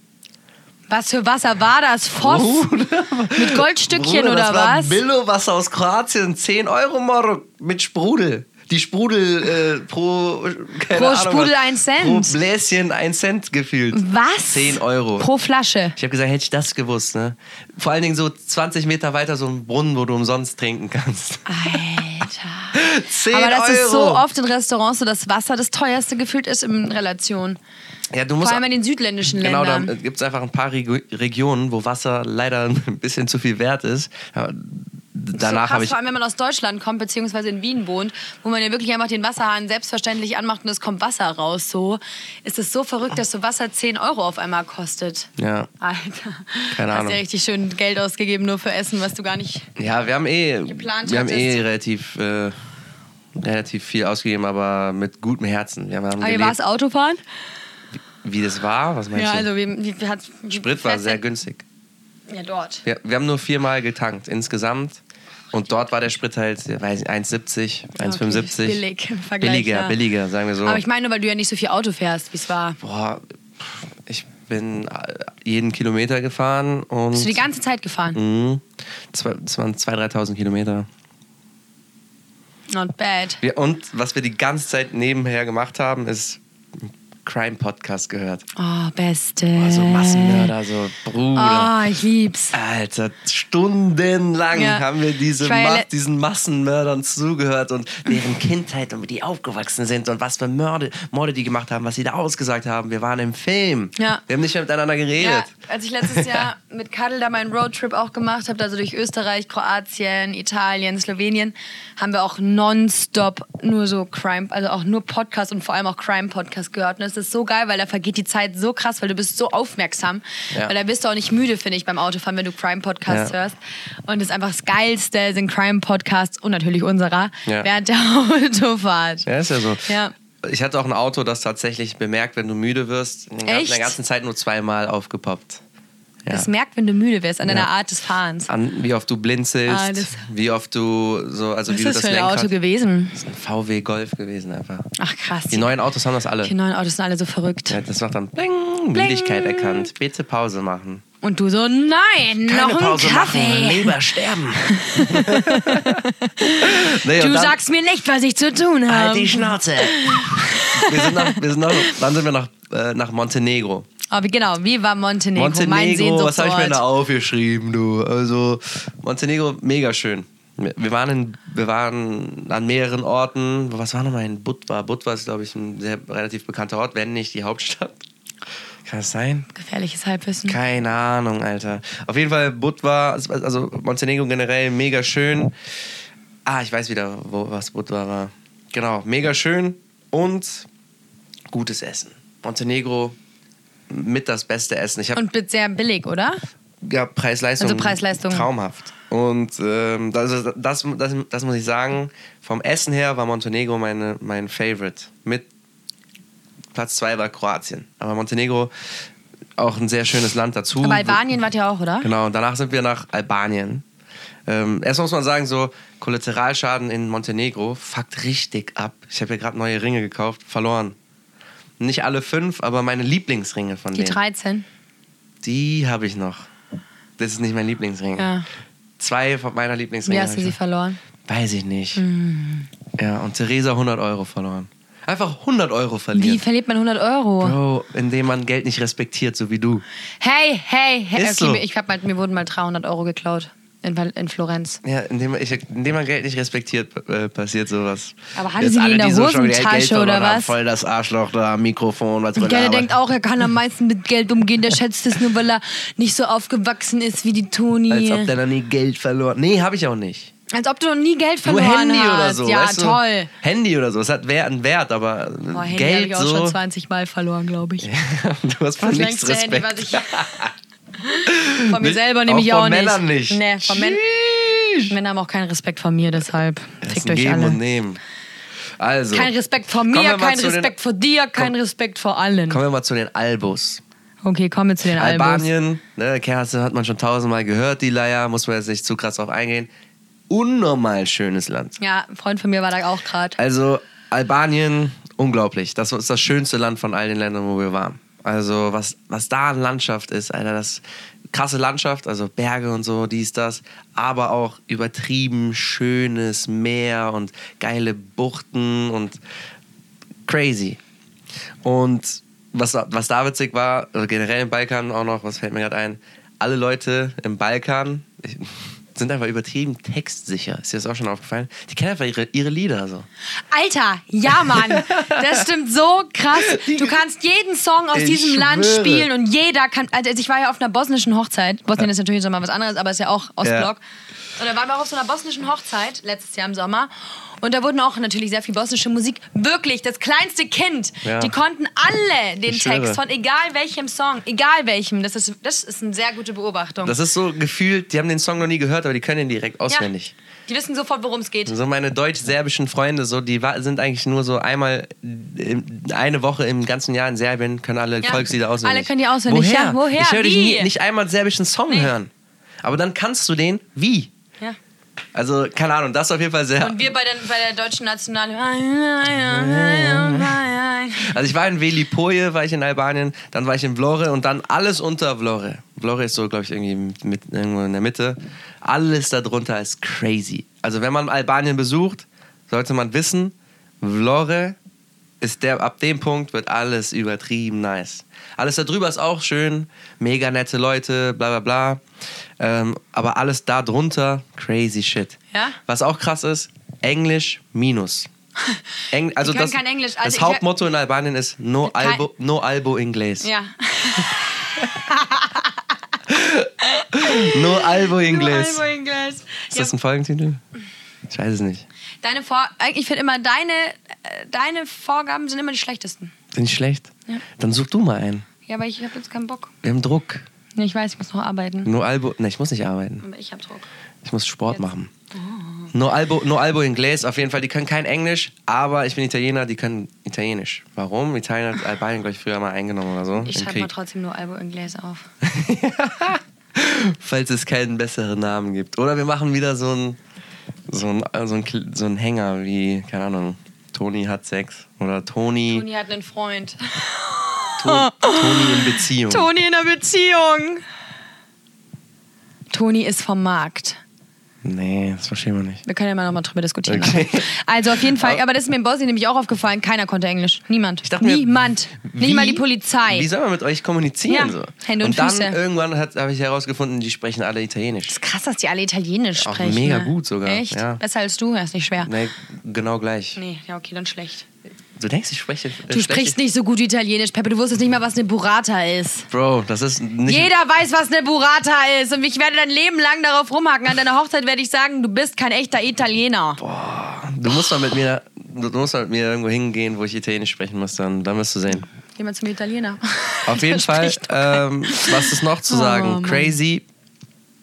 Speaker 2: Was für Wasser war das? Voss? Mit Goldstückchen
Speaker 1: Bruder,
Speaker 2: oder
Speaker 1: das war
Speaker 2: was?
Speaker 1: Billo-Wasser aus Kroatien, 10 Euro Morok mit Sprudel. Die Sprudel äh, pro keine
Speaker 2: Pro
Speaker 1: Ahnung,
Speaker 2: Sprudel
Speaker 1: was,
Speaker 2: ein Cent.
Speaker 1: Pro Bläschen 1 Cent gefühlt.
Speaker 2: Was?
Speaker 1: 10 Euro.
Speaker 2: Pro Flasche.
Speaker 1: ich habe gesagt, hätte ich das gewusst, ne? Vor allen Dingen so 20 Meter weiter so ein Brunnen, wo du umsonst trinken kannst. <laughs>
Speaker 2: Alter.
Speaker 1: 10
Speaker 2: Aber das
Speaker 1: Euro.
Speaker 2: ist so oft in Restaurants so, dass Wasser das teuerste gefühlt ist in Relation.
Speaker 1: Ja, du musst
Speaker 2: Vor allem in den südländischen
Speaker 1: Genau, da
Speaker 2: Ländern.
Speaker 1: gibt es einfach ein paar Regu- Regionen, wo Wasser leider <laughs> ein bisschen zu viel wert ist. Aber danach
Speaker 2: so
Speaker 1: habe
Speaker 2: krass,
Speaker 1: ich
Speaker 2: vor allem wenn man aus Deutschland kommt, beziehungsweise in Wien wohnt, wo man ja wirklich einfach den Wasserhahn selbstverständlich anmacht und es kommt Wasser raus, so ist es so verrückt, dass so Wasser 10 Euro auf einmal kostet.
Speaker 1: ja.
Speaker 2: Alter,
Speaker 1: Keine
Speaker 2: hast
Speaker 1: Ahnung.
Speaker 2: ja richtig schön Geld ausgegeben, nur für Essen, was du gar nicht...
Speaker 1: Ja, wir haben eh,
Speaker 2: Geplant
Speaker 1: wir haben eh
Speaker 2: hattest.
Speaker 1: relativ, äh, relativ viel ausgegeben, aber mit gutem Herzen. Wir haben
Speaker 2: Aber wie war es
Speaker 1: gelebt,
Speaker 2: Autofahren?
Speaker 1: wie das war. Was meinst
Speaker 2: Ja,
Speaker 1: du?
Speaker 2: also wie, wie, wie hat...
Speaker 1: Sprit war sehr günstig.
Speaker 2: Ja, dort.
Speaker 1: Wir, wir haben nur viermal getankt insgesamt. Und dort war der Sprit halt, ja, weiß ich, 1,70, 1,75.
Speaker 2: Okay, billig im Vergleich,
Speaker 1: Billiger,
Speaker 2: ja.
Speaker 1: billiger, sagen wir so.
Speaker 2: Aber ich meine, nur, weil du ja nicht so viel Auto fährst, wie es war.
Speaker 1: Boah, pff, ich bin äh, jeden Kilometer gefahren und.
Speaker 2: Bist du die ganze Zeit gefahren?
Speaker 1: Mhm. Zwei- Das waren 2.000, 3.000 Kilometer.
Speaker 2: Not bad.
Speaker 1: Wir, und was wir die ganze Zeit nebenher gemacht haben, ist Crime Podcast gehört.
Speaker 2: Oh, beste.
Speaker 1: Also Massenmörder, so Bruder.
Speaker 2: Oh, ich lieb's.
Speaker 1: Alter, stundenlang
Speaker 2: Ja.
Speaker 1: haben wir diese
Speaker 2: Ich war ja
Speaker 1: Ma
Speaker 2: le-
Speaker 1: diesen Massenmördern zugehört und deren Kindheit und wie die aufgewachsen sind und was für Morde, Morde die gemacht haben, was sie da ausgesagt haben. Wir waren im Film.
Speaker 2: Ja.
Speaker 1: Wir haben nicht mehr miteinander
Speaker 2: Ja, also
Speaker 1: geredet.
Speaker 2: als
Speaker 1: <laughs>
Speaker 2: ich letztes Jahr mit Kadel da meinen Roadtrip auch gemacht habe, also durch Österreich, Kroatien, Italien, Slowenien, haben wir auch nonstop nur so Crime, also auch nur Podcast und vor allem auch Crime-Podcast gehört. Und es ist so geil, weil da vergeht die Zeit so krass, weil du bist so aufmerksam.
Speaker 1: Ja.
Speaker 2: Weil da bist du auch nicht müde, finde ich, beim Autofahren, wenn du Crime-Podcasts
Speaker 1: Ja.
Speaker 2: hörst. Und das ist einfach das Geilste sind Crime-Podcasts und natürlich unserer
Speaker 1: Ja.
Speaker 2: während der <laughs> Autofahrt.
Speaker 1: Ja, ist ja so.
Speaker 2: Ja.
Speaker 1: Ich hatte auch ein Auto, das tatsächlich bemerkt, wenn du müde wirst, in der- in der
Speaker 2: Echt?
Speaker 1: ganzen Zeit nur zweimal aufgepoppt. Ja.
Speaker 2: Das merkt, wenn du müde wirst, an deiner
Speaker 1: Ja.
Speaker 2: Art des Fahrens.
Speaker 1: An, wie oft du blinzelst,
Speaker 2: Ah, das-
Speaker 1: wie oft du so, also
Speaker 2: Was
Speaker 1: wie
Speaker 2: ist
Speaker 1: du
Speaker 2: das
Speaker 1: das
Speaker 2: für ein
Speaker 1: Lenkrad
Speaker 2: Auto gewesen?
Speaker 1: Das ist ein VW Golf gewesen einfach.
Speaker 2: Ach krass.
Speaker 1: Die neuen Autos haben das alle.
Speaker 2: Die neuen Autos Oh, sind alle so verrückt.
Speaker 1: Ja, das macht dann Bling, Müdigkeit erkannt. Bitte Pause machen.
Speaker 2: Und du so, nein,
Speaker 1: Keine
Speaker 2: noch
Speaker 1: Pause machen,
Speaker 2: einen Kaffee.
Speaker 1: lieber sterben. nee, und
Speaker 2: Du
Speaker 1: dann-
Speaker 2: sagst mir nicht, was ich zu tun
Speaker 1: Halt die
Speaker 2: habe.
Speaker 1: Schnauze. wir sind nach, wir sind nach, dann sind wir nach, äh, nach Montenegro.
Speaker 2: Aber genau, wie war Montenegro? mein
Speaker 1: Montenegro, was habe ich mir da
Speaker 2: Sehnsuchtsort.
Speaker 1: aufgeschrieben, du? Also, Montenegro, mega schön. Wir waren, in, wir waren an mehreren Orten. Was war nochmal in Budva? Budva ist, glaube ich, ein sehr relativ bekannter Ort, wenn nicht die Hauptstadt. Kann es sein?
Speaker 2: Gefährliches Halbwissen.
Speaker 1: Keine Ahnung, Alter. Auf jeden Fall, Bud war, also Montenegro generell mega schön. Ah, ich weiß wieder, wo, was Bud war, war. Genau, mega schön und gutes Essen. Montenegro mit das beste Essen. Ich habe Uh,
Speaker 2: Und bit- sehr billig, oder?
Speaker 1: ja, Preis-Leistung.
Speaker 2: Also Preis-Leistung.
Speaker 1: Traumhaft. Und ähm, das, das, das, das muss ich sagen, vom Essen her war Montenegro meine, mein Favorite. Mit Platz 2 war Kroatien. Aber Montenegro auch ein sehr schönes Land dazu.
Speaker 2: Aber Albanien wart ihr auch, oder?
Speaker 1: Genau, und danach sind wir nach Albanien. Ähm, erst muss man sagen, so Kollateralschaden in Montenegro fuckt richtig ab. Ich habe ja gerade neue Ringe gekauft, verloren. Nicht alle fünf, aber meine Lieblingsringe von
Speaker 2: Die
Speaker 1: denen.
Speaker 2: 13.
Speaker 1: Die habe ich noch. Das ist nicht mein Lieblingsring.
Speaker 2: Ja.
Speaker 1: Zwei von meiner Lieblingsringe.
Speaker 2: Wie hast
Speaker 1: hab
Speaker 2: du
Speaker 1: ich
Speaker 2: sie Hm.
Speaker 1: noch.
Speaker 2: verloren?
Speaker 1: Weiß ich nicht. Ja, und Theresa 100 Euro verloren. Einfach 100 Euro
Speaker 2: Wie
Speaker 1: verlieren.
Speaker 2: verliert man 100 Euro?
Speaker 1: Bro, indem man Geld nicht respektiert, so wie du.
Speaker 2: Hey, hey, hey.
Speaker 1: Ist so.
Speaker 2: mir- ich hab mal, mir wurden mal 300 Euro geklaut in, Val- in Florenz.
Speaker 1: Ja, indem, man- ich, indem man Geld nicht respektiert, äh, passiert sowas.
Speaker 2: Aber hatte
Speaker 1: Jetzt
Speaker 2: sie die
Speaker 1: alle,
Speaker 2: in der
Speaker 1: so schon wieder
Speaker 2: Hosentasche
Speaker 1: verloren
Speaker 2: oder
Speaker 1: haben,
Speaker 2: was?
Speaker 1: Voll das Arschloch da am Mikrofon. Was
Speaker 2: Und
Speaker 1: man da
Speaker 2: der
Speaker 1: arbeitet.
Speaker 2: denkt auch, er kann am meisten mit Geld umgehen. Der schätzt es nur, weil er nicht so aufgewachsen ist wie die Toni.
Speaker 1: Als ob der noch nie Geld verloren. Nee, habe ich auch nicht.
Speaker 2: Als ob du noch nie Geld
Speaker 1: Nur
Speaker 2: verloren
Speaker 1: Handy
Speaker 2: hast.
Speaker 1: oder so.
Speaker 2: ja,
Speaker 1: weißt du?
Speaker 2: toll.
Speaker 1: Handy oder so. Es hat Wert, einen Wert, aber
Speaker 2: Boah, Handy habe
Speaker 1: Geld
Speaker 2: ich auch schon
Speaker 1: so.
Speaker 2: 20 Mal verloren, glaube ich.
Speaker 1: <laughs> du hast von
Speaker 2: Das
Speaker 1: nichts
Speaker 2: längste
Speaker 1: Respekt.
Speaker 2: Handy, was ich. Von <laughs> mir
Speaker 1: Nicht-
Speaker 2: selber nehme ich
Speaker 1: auch
Speaker 2: auch
Speaker 1: von
Speaker 2: nicht.
Speaker 1: Männern nicht.
Speaker 2: Nee, von Män
Speaker 1: Sheesh.
Speaker 2: Männer haben auch keinen Respekt vor mir, deshalb.
Speaker 1: Das ist
Speaker 2: Fickt
Speaker 1: ein
Speaker 2: euch
Speaker 1: Geben und
Speaker 2: alle.
Speaker 1: Nehmen. Also,
Speaker 2: Kein Respekt vor
Speaker 1: Kommen wir
Speaker 2: mir,
Speaker 1: mal
Speaker 2: kein
Speaker 1: zu den-
Speaker 2: Respekt vor dir, kein Respekt vor allen.
Speaker 1: kommen wir mal zu den Albus.
Speaker 2: Okay, kommen wir zu den Albums.
Speaker 1: Albanien, ne, Kerze hat man schon tausendmal gehört, die Leier, muss man jetzt nicht zu krass drauf eingehen. Unnormal schönes Land.
Speaker 2: Ja, ein Freund von mir war da auch gerade.
Speaker 1: Also, Albanien, unglaublich. Das ist das schönste Land von all den Ländern, wo wir waren. Also, was, was da an Landschaft ist, Alter, das krasse Landschaft, also Berge und so, dies, das, aber auch übertrieben schönes Meer und geile Buchten und crazy. Und was, was da witzig war, also generell im Balkan auch noch, was fällt mir gerade ein, alle Leute im Balkan ich, <laughs> sind einfach übertrieben textsicher. Ist dir das auch schon aufgefallen? Die kennen einfach ihre, ihre Lieder so.
Speaker 2: Alter, ja, Mann. Das stimmt so krass. Du kannst jeden Song aus
Speaker 1: Ich
Speaker 2: diesem Land
Speaker 1: schwöre.
Speaker 2: spielen und jeder kann. Also ich war ja auf einer bosnischen Hochzeit. Bosnien ist natürlich nochmal was anderes, aber ist ja auch Ostblock. Und da waren wir auch auf so einer bosnischen Hochzeit letztes Jahr im Sommer. Und da wurden auch natürlich sehr viel bosnische Musik. Wirklich, das kleinste Kind.
Speaker 1: Ja.
Speaker 2: Die konnten alle den
Speaker 1: Ich schwöre.
Speaker 2: Text von egal welchem Song, egal welchem. Das ist, das ist eine sehr gute Beobachtung.
Speaker 1: Das ist so gefühlt, die haben den Song noch nie gehört, aber die können ihn direkt auswendig.
Speaker 2: Die wissen sofort, worum es geht.
Speaker 1: So meine deutsch-serbischen Freunde, so, die wa- sind eigentlich nur so einmal im- eine Woche im ganzen Jahr in Serbien, können alle
Speaker 2: Ja,
Speaker 1: Volkslieder auswendig.
Speaker 2: alle können die auswendig,
Speaker 1: Woher?
Speaker 2: ja, woher?
Speaker 1: Ich höre dich
Speaker 2: Wie?
Speaker 1: nie, nicht einmal einen serbischen Song
Speaker 2: Nee.
Speaker 1: hören. Aber dann kannst du den wie?
Speaker 2: Ja.
Speaker 1: Also, keine Ahnung, das ist auf jeden Fall sehr.
Speaker 2: Und wir bei der, bei der deutschen National.
Speaker 1: Also, ich war in Velipoje, war ich in Albanien, dann war ich in Vlore und dann alles unter Vlore. Vlore ist so, glaube ich, irgendwie mit, mit, irgendwo in der Mitte. Alles darunter ist crazy. Also, wenn man Albanien besucht, sollte man wissen, Vlore ist der, ab dem Punkt wird alles übertrieben nice. Alles darüber ist auch schön, mega nette Leute, bla bla bla. Ähm, aber alles darunter, crazy shit.
Speaker 2: Ja?
Speaker 1: Was auch krass ist, Englisch
Speaker 2: <laughs>
Speaker 1: minus. Eng, also
Speaker 2: können
Speaker 1: das,
Speaker 2: kein Englisch, also
Speaker 1: das
Speaker 2: ich-
Speaker 1: Hauptmotto in Albanien ist No
Speaker 2: Kein-
Speaker 1: Albo, no albo Inglés.
Speaker 2: Ja.
Speaker 1: No Albo Inglés.
Speaker 2: Nur Englisch.
Speaker 1: Ist
Speaker 2: Ja,
Speaker 1: das ein Folgentitel? Ich weiß es nicht.
Speaker 2: deine Vor ich finde immer, deine, äh, deine Vorgaben sind immer die schlechtesten.
Speaker 1: Bin ich schlecht? Dann such du mal einen.
Speaker 2: Ja, aber ich habe jetzt keinen Bock.
Speaker 1: Wir haben Druck.
Speaker 2: Nee, ich weiß, ich muss noch arbeiten.
Speaker 1: No Albo. Ne, ich muss nicht arbeiten.
Speaker 2: Aber ich habe Druck.
Speaker 1: Ich muss Sport machen. No Albo, no Albo Inglés, auf jeden Fall. Die können kein Englisch, aber ich bin Italiener, die können Italienisch. Warum? Italien hat Albanien, glaube ich, früher mal eingenommen oder so.
Speaker 2: Ich
Speaker 1: im
Speaker 2: schreibe
Speaker 1: Krieg.
Speaker 2: mal trotzdem nur Albo Inglés auf.
Speaker 1: Falls es keinen besseren Namen gibt. Oder wir machen wieder so einen so ein, so ein, Kl- so ein Hänger wie, keine Ahnung, Toni hat Sex. Oder Toni,
Speaker 2: Toni hat einen Freund.
Speaker 1: To- Toni
Speaker 2: <gasps>
Speaker 1: in Beziehung.
Speaker 2: Toni in der Beziehung. Toni ist vom Markt.
Speaker 1: Nee, das verstehen wir nicht.
Speaker 2: Wir können ja mal nochmal drüber diskutieren.
Speaker 1: Okay.
Speaker 2: <laughs> Also auf jeden Fall, aber das ist mir in Bosnien nämlich auch aufgefallen, keiner konnte Englisch. Niemand.
Speaker 1: dachte mir,
Speaker 2: Niemand.
Speaker 1: Wie-
Speaker 2: Nicht mal die Polizei.
Speaker 1: Wie soll man mit euch kommunizieren?
Speaker 2: Ja,
Speaker 1: So?
Speaker 2: Hände und
Speaker 1: dann
Speaker 2: Füße.
Speaker 1: irgendwann habe ich herausgefunden, die sprechen alle Italienisch.
Speaker 2: ist krass, dass die alle Italienisch
Speaker 1: Auch
Speaker 2: sprechen.
Speaker 1: mega
Speaker 2: ne?
Speaker 1: gut sogar,
Speaker 2: Echt?
Speaker 1: ja.
Speaker 2: Besser als du, das ist nicht schwer.
Speaker 1: Nee, Äh, genau gleich.
Speaker 2: Nee, ja, okay, dann schlecht.
Speaker 1: Du denkst, ich spreche. äh,
Speaker 2: Du
Speaker 1: spreche-
Speaker 2: sprichst nicht so gut Italienisch, Peppe. Du wusstest nicht mal, was eine Burrata ist.
Speaker 1: Bro, das ist nicht.
Speaker 2: Jeder weiß, was eine Burrata ist. Und ich werde dein Leben lang darauf rumhacken. An deiner Hochzeit werde ich sagen, du bist kein echter Italiener.
Speaker 1: Du musst mal mit mir. Du musst mal mit mir irgendwo hingehen, wo ich Italienisch sprechen muss, dann, dann wirst du sehen.
Speaker 2: Geh mal zum Italiener.
Speaker 1: Auf jeden
Speaker 2: <laughs> Der
Speaker 1: Fall,
Speaker 2: spricht doch kein-
Speaker 1: ähm, was ist noch zu
Speaker 2: Oh,
Speaker 1: sagen?
Speaker 2: Mann.
Speaker 1: Crazy,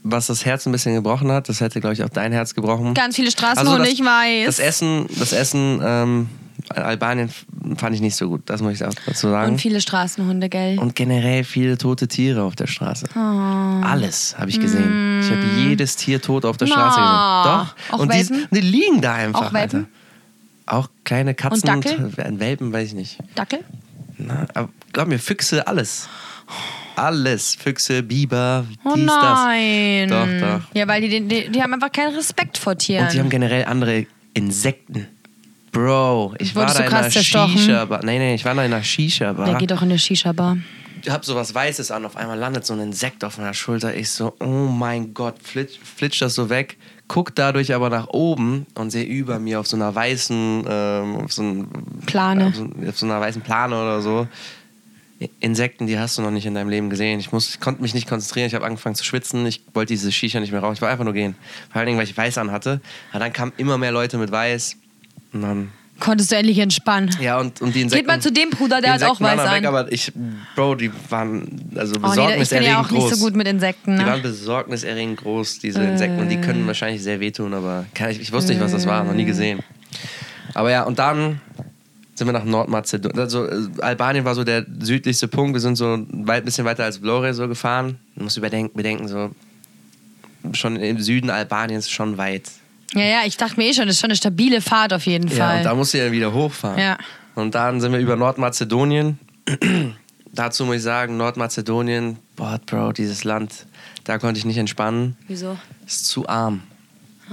Speaker 1: was das Herz ein bisschen gebrochen hat, das hätte, glaube ich, auch dein Herz gebrochen.
Speaker 2: Ganz viele Straßen,
Speaker 1: Also
Speaker 2: wo
Speaker 1: das-
Speaker 2: ich weiß.
Speaker 1: Das Essen, das Essen ähm, in Albanien f- fand ich nicht so gut, das muss ich auch dazu sagen.
Speaker 2: Und
Speaker 1: Und,
Speaker 2: viele Straßenhunde, gell?
Speaker 1: generell viele tote Tiere auf der Straße.
Speaker 2: Ah.
Speaker 1: Alles habe ich gesehen. Ich habe jedes Tier tot auf der
Speaker 2: Na.
Speaker 1: Straße gesehen. Doch.
Speaker 2: Mm. Ah. Auch
Speaker 1: und die,
Speaker 2: Welpen?
Speaker 1: die liegen da einfach.
Speaker 2: Auch Welpen?
Speaker 1: Alter. Auch kleine Katzen
Speaker 2: Und Dackel?
Speaker 1: Welpen, weiß ich nicht.
Speaker 2: Dackel?
Speaker 1: Na, aber glaub mir, Füchse, alles. Alles. Füchse, Biber,
Speaker 2: Oh
Speaker 1: dies,
Speaker 2: nein.
Speaker 1: das. Doch, doch.
Speaker 2: Ja, weil die, den- die, die haben einfach keinen Respekt vor Tieren.
Speaker 1: Und die haben generell andere Insekten. Bro, ich
Speaker 2: Wurdest
Speaker 1: war
Speaker 2: du
Speaker 1: da in
Speaker 2: krass
Speaker 1: einer
Speaker 2: zerstochen?
Speaker 1: Shisha-Bar. Nein, nein, ich war da in einer Shisha-Bar.
Speaker 2: Der geht doch in eine Shisha-Bar.
Speaker 1: Ich hab sowas Weißes an, auf einmal landet so ein Insekt auf meiner Schulter. Ich so, oh mein Gott, flitsch, flitsch das so weg. Guck dadurch aber nach oben und sehe über mir auf so einer weißen, ähm, auf, so ein,
Speaker 2: Plane.
Speaker 1: auf, so, auf so einer weißen Plane oder so. Insekten, die hast du noch nicht in deinem Leben gesehen. Ich, muss, ich konnte mich nicht konzentrieren, ich habe angefangen zu schwitzen, ich wollte diese Shisha nicht mehr rauchen, ich wollte einfach nur gehen. Vor allen Dingen, weil ich weiß anhatte. Aber dann kamen immer mehr Leute mit weiß. Und dann,
Speaker 2: Konntest du endlich entspannen.
Speaker 1: ja, und, und die Insekten.
Speaker 2: Geht mal zu dem Bruder, der
Speaker 1: Die
Speaker 2: hat auch
Speaker 1: Insekten waren
Speaker 2: weiß
Speaker 1: dann
Speaker 2: an.
Speaker 1: Weg, aber ich, Bro, die waren also
Speaker 2: oh, nee, ich bin
Speaker 1: besorgniserregend
Speaker 2: ja auch
Speaker 1: groß.
Speaker 2: nicht so gut mit Insekten.
Speaker 1: die
Speaker 2: Ne? Äh.
Speaker 1: waren besorgniserregend groß, diese Insekten. Und die können wahrscheinlich sehr wehtun, aber kann ich, ich wusste nicht, was das war, noch nie gesehen. Aber ja, und dann sind wir nach Nordmazedonien. Also äh, Albanien war so der südlichste Punkt. Wir sind so ein weit, bisschen weiter als Vlore so gefahren. Man muss überdenken, bedenken, so schon im Süden Albaniens schon weit.
Speaker 2: Ja, ja, ich dachte mir eh schon, das ist schon eine stabile Fahrt auf jeden
Speaker 1: Ja,
Speaker 2: Fall.
Speaker 1: und da musst du ja wieder hochfahren.
Speaker 2: Ja.
Speaker 1: Und dann sind wir über Nordmazedonien. <clears throat> Dazu muss ich sagen, Nordmazedonien, boah, Bro, dieses Land, da konnte ich nicht entspannen.
Speaker 2: Wieso?
Speaker 1: Ist zu arm.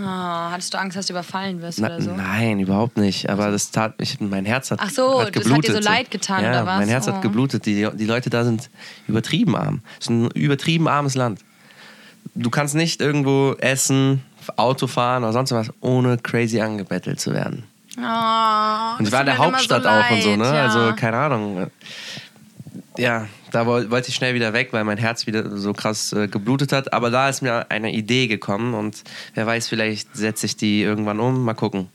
Speaker 2: Ah, hattest du Angst, dass du überfallen wirst
Speaker 1: Na,
Speaker 2: oder so? Also-
Speaker 1: Nein, überhaupt nicht. Aber das tat ich, mein Herz hat,
Speaker 2: Ach so,
Speaker 1: hat
Speaker 2: das hat dir
Speaker 1: geblutet.
Speaker 2: so leid getan,
Speaker 1: ja,
Speaker 2: oder was?
Speaker 1: Mein Herz
Speaker 2: Oh.
Speaker 1: hat geblutet. Die, die Leute da sind übertrieben arm. Es ist ein übertrieben armes Land. Du kannst nicht irgendwo essen, Auto fahren oder sonst was, ohne crazy angebettelt zu werden.
Speaker 2: Ah,
Speaker 1: Und ich
Speaker 2: das
Speaker 1: war in der
Speaker 2: tut mir immer
Speaker 1: Hauptstadt
Speaker 2: so
Speaker 1: auch und so, ne?
Speaker 2: leid, ja.
Speaker 1: Also, keine Ahnung. Ja, da woll- wollte ich schnell wieder weg, weil mein Herz wieder so krass äh, geblutet hat. Aber da ist mir eine Idee gekommen und wer weiß, vielleicht setze ich die irgendwann um. Mal gucken.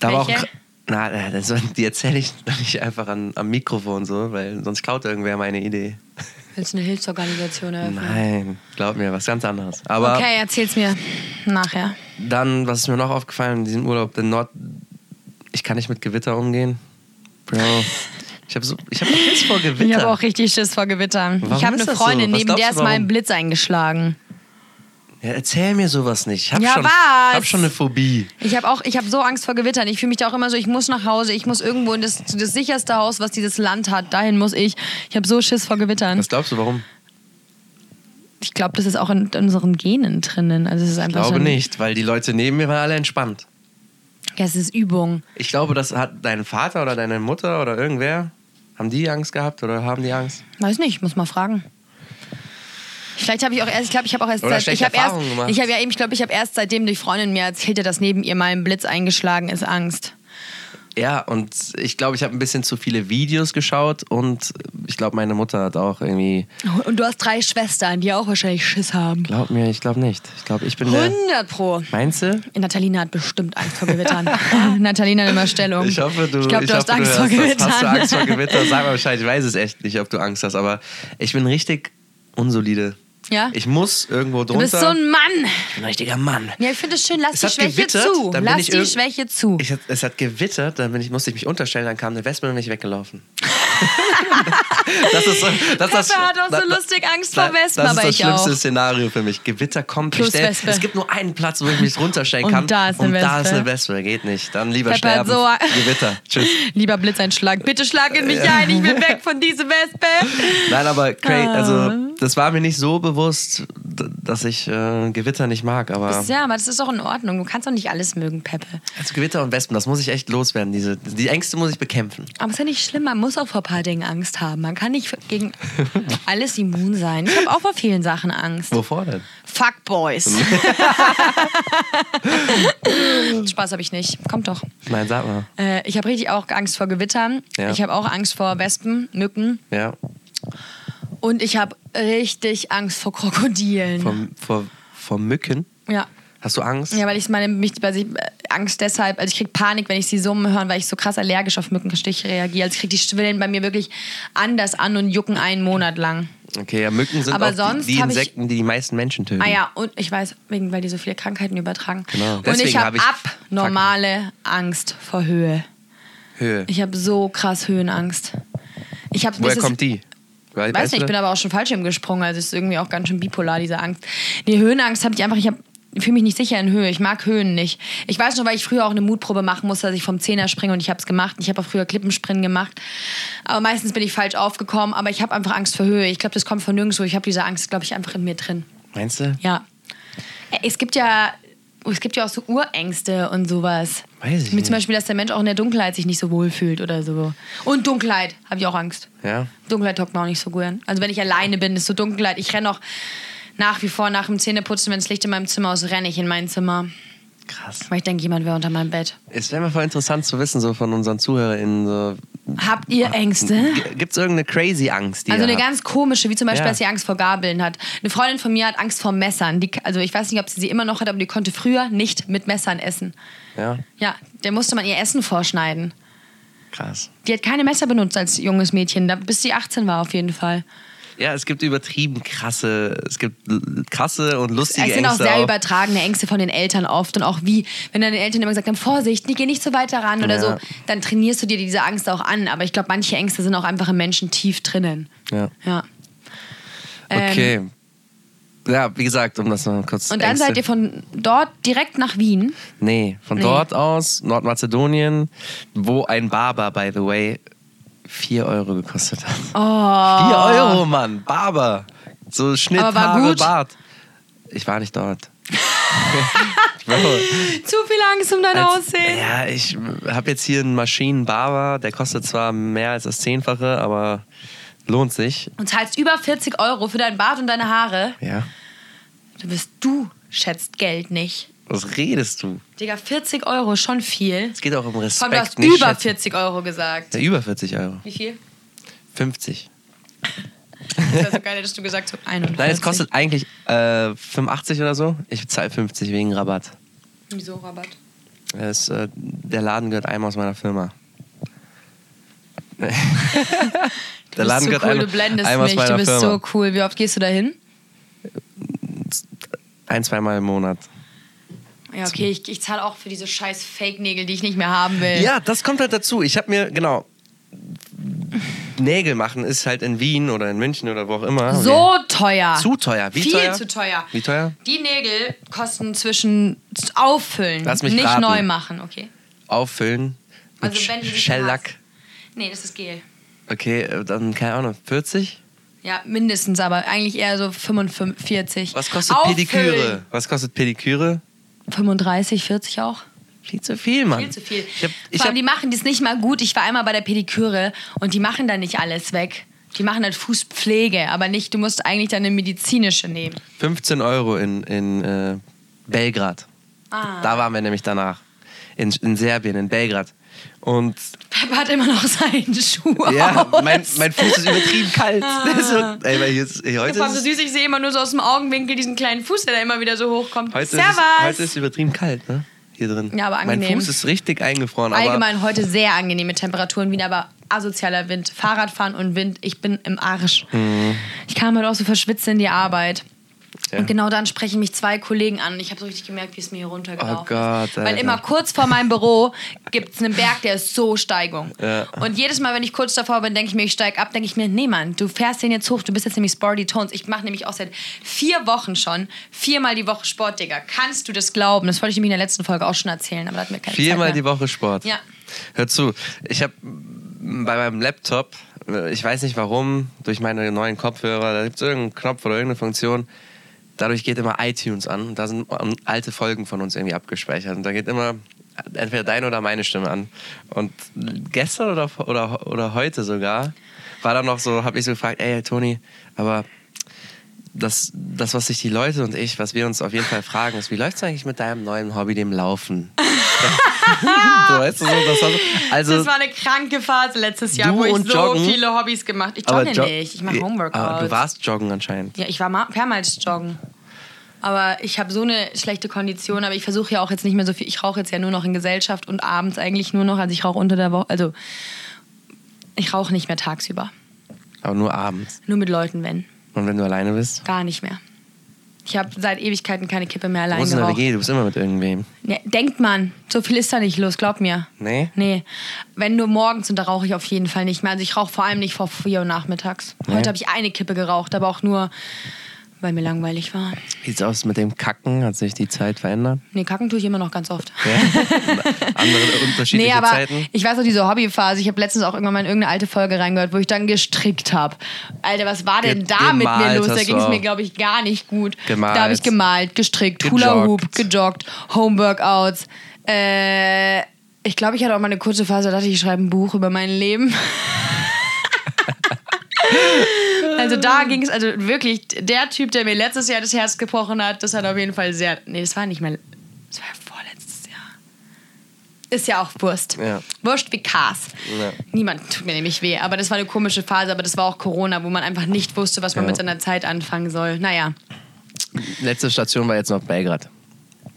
Speaker 1: Da war auch.
Speaker 2: Welche?
Speaker 1: kr- Na, na, das, die erzähle ich <laughs> doch nicht einfach an, am Mikrofon so, weil sonst klaut irgendwer meine Idee.
Speaker 2: Willst du eine Hilfsorganisation eröffnen?
Speaker 1: Nein, glaub mir, was ganz anderes. Aber
Speaker 2: Okay, erzähl's mir nachher.
Speaker 1: dann, was ist mir noch aufgefallen in diesem Urlaub, denn Nord. Ich kann nicht mit Gewitter umgehen. Bro. Ich habe so, ich hab Schiss vor Gewitter.
Speaker 2: Ich habe auch richtig Schiss vor Gewittern.
Speaker 1: Warum
Speaker 2: ich habe
Speaker 1: ist
Speaker 2: eine
Speaker 1: das so?
Speaker 2: Freundin,
Speaker 1: Was
Speaker 2: neben der
Speaker 1: glaubst
Speaker 2: ist
Speaker 1: du,
Speaker 2: mal
Speaker 1: warum?
Speaker 2: ein Blitz eingeschlagen.
Speaker 1: ja, erzähl mir sowas nicht. Ich habe
Speaker 2: Ja,
Speaker 1: schon,
Speaker 2: was?
Speaker 1: hab schon eine Phobie.
Speaker 2: Ich habe auch, ich habe so Angst vor Gewittern. Ich fühle mich da auch immer so, ich muss nach Hause, ich muss irgendwo in das, das sicherste Haus, was dieses Land hat. Dahin muss ich. Ich habe so Schiss vor Gewittern.
Speaker 1: Was glaubst du, warum?
Speaker 2: ich glaube, das ist auch in unseren Genen drinnen. Also es ist
Speaker 1: Ich
Speaker 2: einfach
Speaker 1: glaube
Speaker 2: so ein,
Speaker 1: nicht, weil die Leute neben mir waren alle entspannt.
Speaker 2: Ja, es ist Übung.
Speaker 1: Ich glaube, das hat dein Vater oder deine Mutter oder irgendwer. Haben die Angst gehabt oder haben die Angst?
Speaker 2: Weiß nicht, ich muss mal fragen. Vielleicht habe ich auch erst, ich glaube, ich habe auch erst,
Speaker 1: Oder
Speaker 2: seit, ich
Speaker 1: schlechte
Speaker 2: habe erst,
Speaker 1: Erfahrungen gemacht.
Speaker 2: ich habe ja eben, ich glaube, ich habe erst seitdem die Freundin mir erzählte, dass neben ihr mal ein Blitz eingeschlagen ist, Angst.
Speaker 1: Ja, und ich glaube, ich habe ein bisschen zu viele Videos geschaut und ich glaube, meine Mutter hat auch irgendwie.
Speaker 2: Oh, Und du hast drei Schwestern, die auch wahrscheinlich Schiss haben.
Speaker 1: Glaub mir, ich glaube nicht. Ich glaube, ich bin der.
Speaker 2: 100 pro.
Speaker 1: Meinst du?
Speaker 2: Natalina hat bestimmt Angst vor <laughs> Gewittern. Natalina nimmer Stellung.
Speaker 1: Ich hoffe, du,
Speaker 2: Ich glaube, du
Speaker 1: ich
Speaker 2: hast
Speaker 1: hoffe,
Speaker 2: Angst
Speaker 1: du
Speaker 2: vor
Speaker 1: hast, das-
Speaker 2: Gewittern.
Speaker 1: Hast du Angst
Speaker 2: <laughs>
Speaker 1: vor Gewitter? Sag mal Bescheid, ich weiß es echt nicht, ob du Angst hast, aber ich bin richtig unsolide.
Speaker 2: Ja?
Speaker 1: Ich muss irgendwo drunter.
Speaker 2: Du bist so ein Mann.
Speaker 1: ich bin ein richtiger Mann.
Speaker 2: Ja, ich finde es schön, lass
Speaker 1: Es
Speaker 2: die
Speaker 1: hat
Speaker 2: Schwäche
Speaker 1: gewittert,
Speaker 2: zu.
Speaker 1: dann bin
Speaker 2: Lass
Speaker 1: ich
Speaker 2: die
Speaker 1: irgend-
Speaker 2: Schwäche zu.
Speaker 1: Ich hat, es hat gewittert, dann bin ich, musste ich mich unterstellen, dann kam eine Wespe und bin ich
Speaker 2: <laughs>
Speaker 1: weggelaufen. das ist so, das, ist das,
Speaker 2: Pepper hat auch so
Speaker 1: da-
Speaker 2: lustig Angst
Speaker 1: da-
Speaker 2: vor Wespen,
Speaker 1: das ist
Speaker 2: aber
Speaker 1: das
Speaker 2: ich
Speaker 1: schlimmste
Speaker 2: auch.
Speaker 1: Szenario für mich. Gewitter kommt.
Speaker 2: Plus
Speaker 1: ich stell,
Speaker 2: Wespe.
Speaker 1: es gibt nur einen Platz, wo ich mich runterstellen
Speaker 2: Und
Speaker 1: kann.
Speaker 2: da ist eine
Speaker 1: und da ist
Speaker 2: Wespe.
Speaker 1: eine Wespe. Geht nicht. Dann lieber
Speaker 2: Pepper hat
Speaker 1: sterben.
Speaker 2: so-
Speaker 1: Gewitter. Tschüss.
Speaker 2: <laughs> Lieber Blitzeinschlag, bitte schlag in mich ein, ich will weg von dieser Wespe.
Speaker 1: Nein, aber cra-
Speaker 2: Ah.
Speaker 1: also das war mir nicht so bewusst, d- dass ich äh, Gewitter nicht mag, aber
Speaker 2: Ja, aber das ist doch in Ordnung. Du kannst doch nicht alles mögen, Peppe.
Speaker 1: also Gewitter und Wespen, das muss ich echt loswerden. Diese, die Ängste muss ich bekämpfen.
Speaker 2: Aber es ist ja nicht schlimm, man muss auch vor ein paar Dingen Angst haben. Man kann nicht
Speaker 1: <laughs>
Speaker 2: gegen alles immun sein. Ich habe auch vor vielen Sachen Angst.
Speaker 1: Wovor denn? <laughs>
Speaker 2: Fuckboys. Spaß habe ich nicht. Kommt doch.
Speaker 1: Nein, sag mal.
Speaker 2: Äh, ich habe richtig auch Angst vor Gewittern.
Speaker 1: Ja.
Speaker 2: Ich habe auch Angst vor Wespen, Mücken.
Speaker 1: Ja,
Speaker 2: Und ich habe richtig Angst vor Krokodilen.
Speaker 1: vom, vor, vor Mücken.
Speaker 2: ja.
Speaker 1: Hast du Angst?
Speaker 2: Ja, weil ich meine, mich, weil ich äh, Angst deshalb, also ich krieg Panik, wenn ich sie summen höre, weil ich so krass allergisch auf Mückenstiche reagiere. Also ich krieg die Schwillen bei mir wirklich anders an und jucken einen Monat lang.
Speaker 1: Okay, ja, Mücken sind
Speaker 2: Aber
Speaker 1: auch
Speaker 2: sonst
Speaker 1: die, die
Speaker 2: hab ich-
Speaker 1: Insekten, die die meisten Menschen töten.
Speaker 2: Ah ja, und ich weiß, wegen, weil die so viele Krankheiten übertragen.
Speaker 1: Genau.
Speaker 2: Und
Speaker 1: Deswegen
Speaker 2: ich
Speaker 1: hab
Speaker 2: habe
Speaker 1: ich-
Speaker 2: abnormale Angst vor Höhe.
Speaker 1: Höhe.
Speaker 2: Ich habe so krass Höhenangst. Ich habe
Speaker 1: Woher kommt die? Weil-
Speaker 2: Weiß nicht, ich
Speaker 1: du
Speaker 2: bin
Speaker 1: das?
Speaker 2: aber auch schon Fallschirm gesprungen, also es ist irgendwie auch ganz schön bipolar, diese Angst. Nee, Höhenangst habe ich einfach, ich hab, ich fühle mich nicht sicher in Höhe, ich mag Höhen nicht. Ich weiß noch, weil ich früher auch eine Mutprobe machen musste, dass ich vom Zehner springe und ich habe es gemacht. Ich habe auch früher Klippenspringen gemacht, aber meistens bin ich falsch aufgekommen, aber ich habe einfach Angst vor Höhe. Ich glaube, das kommt von nirgendwo, ich habe diese Angst, glaube ich, einfach in mir drin.
Speaker 1: Meinst du?
Speaker 2: Ja. Äh, Es gibt ja, es gibt ja auch so Urängste und sowas.
Speaker 1: Weiß ich
Speaker 2: Wie
Speaker 1: nicht.
Speaker 2: zum Beispiel, dass der Mensch auch in der Dunkelheit sich nicht so wohl fühlt oder so. Und Dunkelheit habe ich auch Angst.
Speaker 1: Ja.
Speaker 2: Dunkelheit taugt mir auch nicht so gut an. Also wenn ich alleine bin, ist so Dunkelheit. Ich renne auch nach wie vor nach dem Zähneputzen, wenn das Licht in meinem Zimmer ist, renne ich in mein Zimmer.
Speaker 1: Krass.
Speaker 2: Weil ich denke, jemand wäre unter meinem Bett.
Speaker 1: Es wäre mal voll interessant zu wissen, so von unseren ZuhörerInnen. So,
Speaker 2: Habt ihr Ängste?
Speaker 1: Gibt es irgendeine crazy Angst, die
Speaker 2: Also
Speaker 1: ihr
Speaker 2: eine
Speaker 1: habt?
Speaker 2: ganz komische, wie zum Beispiel,
Speaker 1: Ja.
Speaker 2: dass sie Angst vor Gabeln hat. Eine Freundin von mir hat Angst vor Messern. Die, also ich weiß nicht, ob sie sie immer noch hat, aber die konnte früher nicht mit Messern essen.
Speaker 1: Ja,
Speaker 2: Ja, der musste man ihr Essen vorschneiden.
Speaker 1: krass.
Speaker 2: Die hat keine Messer benutzt als junges Mädchen, da- bis sie 18 war auf jeden Fall.
Speaker 1: Ja, es gibt übertrieben krasse, es gibt l- krasse und lustige
Speaker 2: es sind auch
Speaker 1: Ängste.
Speaker 2: sehr übertragene Ängste von den Eltern oft und auch wie, wenn deine Eltern immer gesagt haben, Vorsicht, nee, geh nicht so weit daran oder
Speaker 1: Ja.
Speaker 2: so, dann trainierst du dir diese Angst auch an. Aber ich glaube, manche Ängste sind auch einfach im Menschen tief drinnen.
Speaker 1: Ja.
Speaker 2: Ja. Ähm,
Speaker 1: Okay. ja, wie gesagt, um das noch kurz
Speaker 2: Und dann
Speaker 1: Ängste.
Speaker 2: seid ihr von dort direkt nach Wien.
Speaker 1: Nee, von
Speaker 2: Nee.
Speaker 1: dort aus, Nordmazedonien, wo ein Barber, by the way, 4 Euro gekostet hat.
Speaker 2: Oh.
Speaker 1: 4 Euro, Mann, Barber. So Schnitt,
Speaker 2: Aber war
Speaker 1: Haare,
Speaker 2: gut?
Speaker 1: Bart. Ich war nicht dort. <laughs> Bro,
Speaker 2: Zu viel Angst um dein
Speaker 1: als,
Speaker 2: Aussehen.
Speaker 1: ja, ich habe jetzt hier einen Maschinenbarber, der kostet zwar mehr als das Zehnfache, aber lohnt sich.
Speaker 2: Und zahlst über 40 Euro für deinen Bart und deine Haare.
Speaker 1: Ja.
Speaker 2: Du bist du, schätzt Geld nicht.
Speaker 1: Was redest du?
Speaker 2: Digga, 40 Euro, schon viel.
Speaker 1: Es geht auch um Respekt.
Speaker 2: Komm, du hast
Speaker 1: nicht
Speaker 2: über
Speaker 1: schätzen.
Speaker 2: 40 Euro gesagt.
Speaker 1: Ja, über 40 Euro.
Speaker 2: Wie viel?
Speaker 1: 50.
Speaker 2: Das wäre so geil, hättest du gesagt so 41.
Speaker 1: Nein, es kostet eigentlich äh, 85 oder so. Ich zahle 50 wegen Rabatt.
Speaker 2: Wieso Rabatt?
Speaker 1: Es, äh, der Laden gehört einem aus meiner
Speaker 2: <laughs>
Speaker 1: Firma. <laughs> der
Speaker 2: Du bist
Speaker 1: Laden
Speaker 2: so
Speaker 1: gehört
Speaker 2: cool,
Speaker 1: einem,
Speaker 2: du blendest
Speaker 1: einem aus
Speaker 2: mich, du
Speaker 1: meiner
Speaker 2: bist
Speaker 1: Firma.
Speaker 2: so cool. Wie oft gehst du da hin?
Speaker 1: Ein, zweimal im Monat.
Speaker 2: Ja, okay, ich, ich zahle auch für diese scheiß Fake-Nägel, die ich nicht mehr haben will.
Speaker 1: Ja, das kommt halt dazu. Ich habe mir, genau. Nägel machen ist halt in Wien oder in München oder wo auch immer.
Speaker 2: So teuer.
Speaker 1: Zu teuer. Wie
Speaker 2: Viel
Speaker 1: teuer?
Speaker 2: zu teuer.
Speaker 1: Wie teuer?
Speaker 2: Die Nägel kosten zwischen auffüllen,
Speaker 1: Lass mich
Speaker 2: nicht
Speaker 1: raten.
Speaker 2: neu machen, okay?
Speaker 1: Auffüllen. Mit
Speaker 2: Also wenn du die
Speaker 1: Shellack.
Speaker 2: Nee, das ist Gel.
Speaker 1: Okay, äh, dann keine Ahnung, 40?
Speaker 2: Ja, mindestens, aber eigentlich eher so 45.
Speaker 1: Was kostet
Speaker 2: Auffüllen.
Speaker 1: Pediküre? Was kostet Pediküre?
Speaker 2: 35, 40 auch.
Speaker 1: Viel zu viel, Mann.
Speaker 2: Viel zu viel.
Speaker 1: Ich hab, ich
Speaker 2: Vor allem,
Speaker 1: hab,
Speaker 2: die machen das nicht mal gut. Ich war einmal bei der Pediküre und die machen da nicht alles weg. Die machen halt Fußpflege, aber nicht, du musst eigentlich dann eine medizinische nehmen.
Speaker 1: 15 Euro in, in äh, Belgrad.
Speaker 2: Ah.
Speaker 1: Da waren wir nämlich danach. In, in Serbien, in Belgrad. Und
Speaker 2: Peppa hat immer noch seinen Schuh <laughs>
Speaker 1: ja,
Speaker 2: aus.
Speaker 1: mein, mein Fuß ist übertrieben kalt. Der ist <laughs> so, ey, weil hier ist, ey, heute,
Speaker 2: Vor allem
Speaker 1: ist,
Speaker 2: so
Speaker 1: es-
Speaker 2: süß, Ah. ich sehe immer nur so aus dem Augenwinkel diesen kleinen Fuß, der da immer wieder so hochkommt.
Speaker 1: heute, ist,
Speaker 2: Servus!
Speaker 1: es- heute ist es übertrieben kalt, ne? Hier drin.
Speaker 2: Ja, aber
Speaker 1: Mein
Speaker 2: angenehm.
Speaker 1: Fuß ist richtig eingefroren. Aber
Speaker 2: Allgemein heute sehr angenehme Temperaturen, wieder aber asozialer Wind. Fahrradfahren und Wind, ich bin im Arsch.
Speaker 1: Mhm.
Speaker 2: Ich kam halt auch so verschwitzt in die Arbeit.
Speaker 1: Ja.
Speaker 2: Und genau dann sprechen mich zwei Kollegen an. Ich habe so richtig gemerkt, wie es mir hier runtergelaufen
Speaker 1: Oh Gott,
Speaker 2: ist.
Speaker 1: Alter.
Speaker 2: Weil immer kurz vor meinem Büro gibt es einen Berg, der ist so Steigung.
Speaker 1: Ja.
Speaker 2: Und jedes Mal, wenn ich kurz davor bin, denke ich mir, ich steige ab, denke ich mir, nee Mann, du fährst den jetzt hoch, du bist jetzt nämlich Sporty Tones. Ich mache nämlich auch seit vier Wochen schon, viermal die Woche Sport, Digga. Kannst du das glauben? Das wollte ich nämlich in der letzten Folge auch schon erzählen, aber da hat mir keine
Speaker 1: Viermal
Speaker 2: Zeit mehr.
Speaker 1: die Woche Sport.
Speaker 2: Ja.
Speaker 1: Hör zu, ich habe bei meinem Laptop, äh, ich weiß nicht warum, durch meine neuen Kopfhörer, da gibt es irgendeinen Knopf oder irgendeine Funktion, dadurch geht immer iTunes an und da sind ähm, alte Folgen von uns irgendwie abgespeichert und da geht immer entweder deine oder meine Stimme an. Und gestern oder, oder, oder heute sogar war da noch so, habe ich so gefragt, ey Toni, aber das, das, was sich die Leute und ich, was wir uns auf jeden Fall fragen, ist, wie läuft es eigentlich mit deinem neuen Hobby, dem
Speaker 2: <laughs>
Speaker 1: Laufen? so, weißt du, so, das war so, also,
Speaker 2: das war eine kranke Phase letztes Jahr,
Speaker 1: Du
Speaker 2: wo ich
Speaker 1: und
Speaker 2: so
Speaker 1: Joggen?
Speaker 2: viele Hobbys gemacht Ich
Speaker 1: aber
Speaker 2: jogge
Speaker 1: jo-
Speaker 2: nicht, ich mache
Speaker 1: Aber du
Speaker 2: Homeworkouts.
Speaker 1: warst joggen anscheinend.
Speaker 2: Ja, ich war ma- mehrmals joggen. Aber ich habe so eine schlechte Kondition, aber ich versuche ja auch jetzt nicht mehr so viel. Ich rauche jetzt ja nur noch in Gesellschaft und abends eigentlich nur noch. Also ich rauche unter der Woche, also ich rauche nicht mehr tagsüber.
Speaker 1: Aber nur abends.
Speaker 2: Nur mit Leuten, wenn.
Speaker 1: Und wenn du alleine bist?
Speaker 2: Gar nicht mehr. Ich habe seit Ewigkeiten keine Kippe mehr
Speaker 1: Wo
Speaker 2: allein
Speaker 1: ist denn der
Speaker 2: geraucht.
Speaker 1: WG? Du bist immer mit irgendwem.
Speaker 2: Ne, denkt man, so viel ist da nicht los, glaub mir.
Speaker 1: Nee?
Speaker 2: Nee. Wenn nur morgens und da rauche ich auf jeden Fall nicht mehr. Also ich rauche vor allem nicht vor vier Uhr nachmittags.
Speaker 1: Nee.
Speaker 2: Heute habe ich eine Kippe geraucht, aber auch nur, weil mir langweilig war.
Speaker 1: Wie sieht's aus mit dem Kacken? Hat sich die Zeit verändert?
Speaker 2: Nee, kacken tue ich immer noch ganz oft.
Speaker 1: Ja?
Speaker 2: <laughs>
Speaker 1: Andere unterschiedliche
Speaker 2: Nee, aber
Speaker 1: Zeiten?
Speaker 2: ich weiß auch diese Hobbyphase. Ich habe letztens auch irgendwann mal in irgendeine alte Folge reingehört, wo ich dann gestrickt habe. Alter, was war denn
Speaker 1: Ge-
Speaker 2: da mit mir
Speaker 1: gemalt
Speaker 2: los? Da
Speaker 1: hast du
Speaker 2: ging es mir,
Speaker 1: auch.
Speaker 2: glaube ich, gar nicht gut.
Speaker 1: Gemalt.
Speaker 2: Da habe ich gemalt, gestrickt, Hula Hoop, gejoggt, Homeworkouts. Äh, ich glaube, ich hatte auch mal eine kurze Phase, da dachte ich, ich schreibe ein Buch über mein Leben. Also da ging es, also wirklich, der Typ, der mir letztes Jahr das Herz gebrochen hat, das hat auf jeden Fall sehr. Nee, das war nicht mal. Das war ja vorletztes Jahr. Ist ja auch Wurst.
Speaker 1: Ja.
Speaker 2: Wurscht wie Kars.
Speaker 1: Ja.
Speaker 2: Niemand tut mir nämlich weh. Aber das war eine komische Phase, aber das war auch Corona, wo man einfach nicht wusste, was man
Speaker 1: Ja.
Speaker 2: mit seiner Zeit anfangen soll. Naja.
Speaker 1: Letzte Station war jetzt noch Belgrad.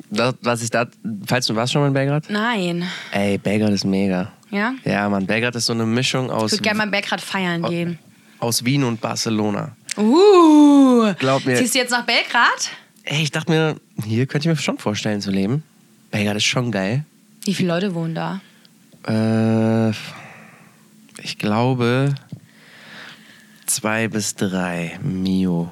Speaker 1: Das, was ich da, falls du warst schon mal in Belgrad?
Speaker 2: Nein.
Speaker 1: Ey, Belgrad ist mega.
Speaker 2: Ja?
Speaker 1: Ja, Mann, Belgrad ist so eine Mischung
Speaker 2: Ich
Speaker 1: aus,
Speaker 2: würde gerne mal Belgrad feiern
Speaker 1: Oh.
Speaker 2: gehen.
Speaker 1: aus Wien und Barcelona.
Speaker 2: Uh.
Speaker 1: Glaub mir.
Speaker 2: Ziehst du jetzt nach Belgrad?
Speaker 1: Ey, ich dachte mir, hier könnte ich mir schon vorstellen zu leben. Belgrad ist schon geil.
Speaker 2: Wie viele Leute wohnen da?
Speaker 1: Äh, ich glaube zwei bis drei Mio.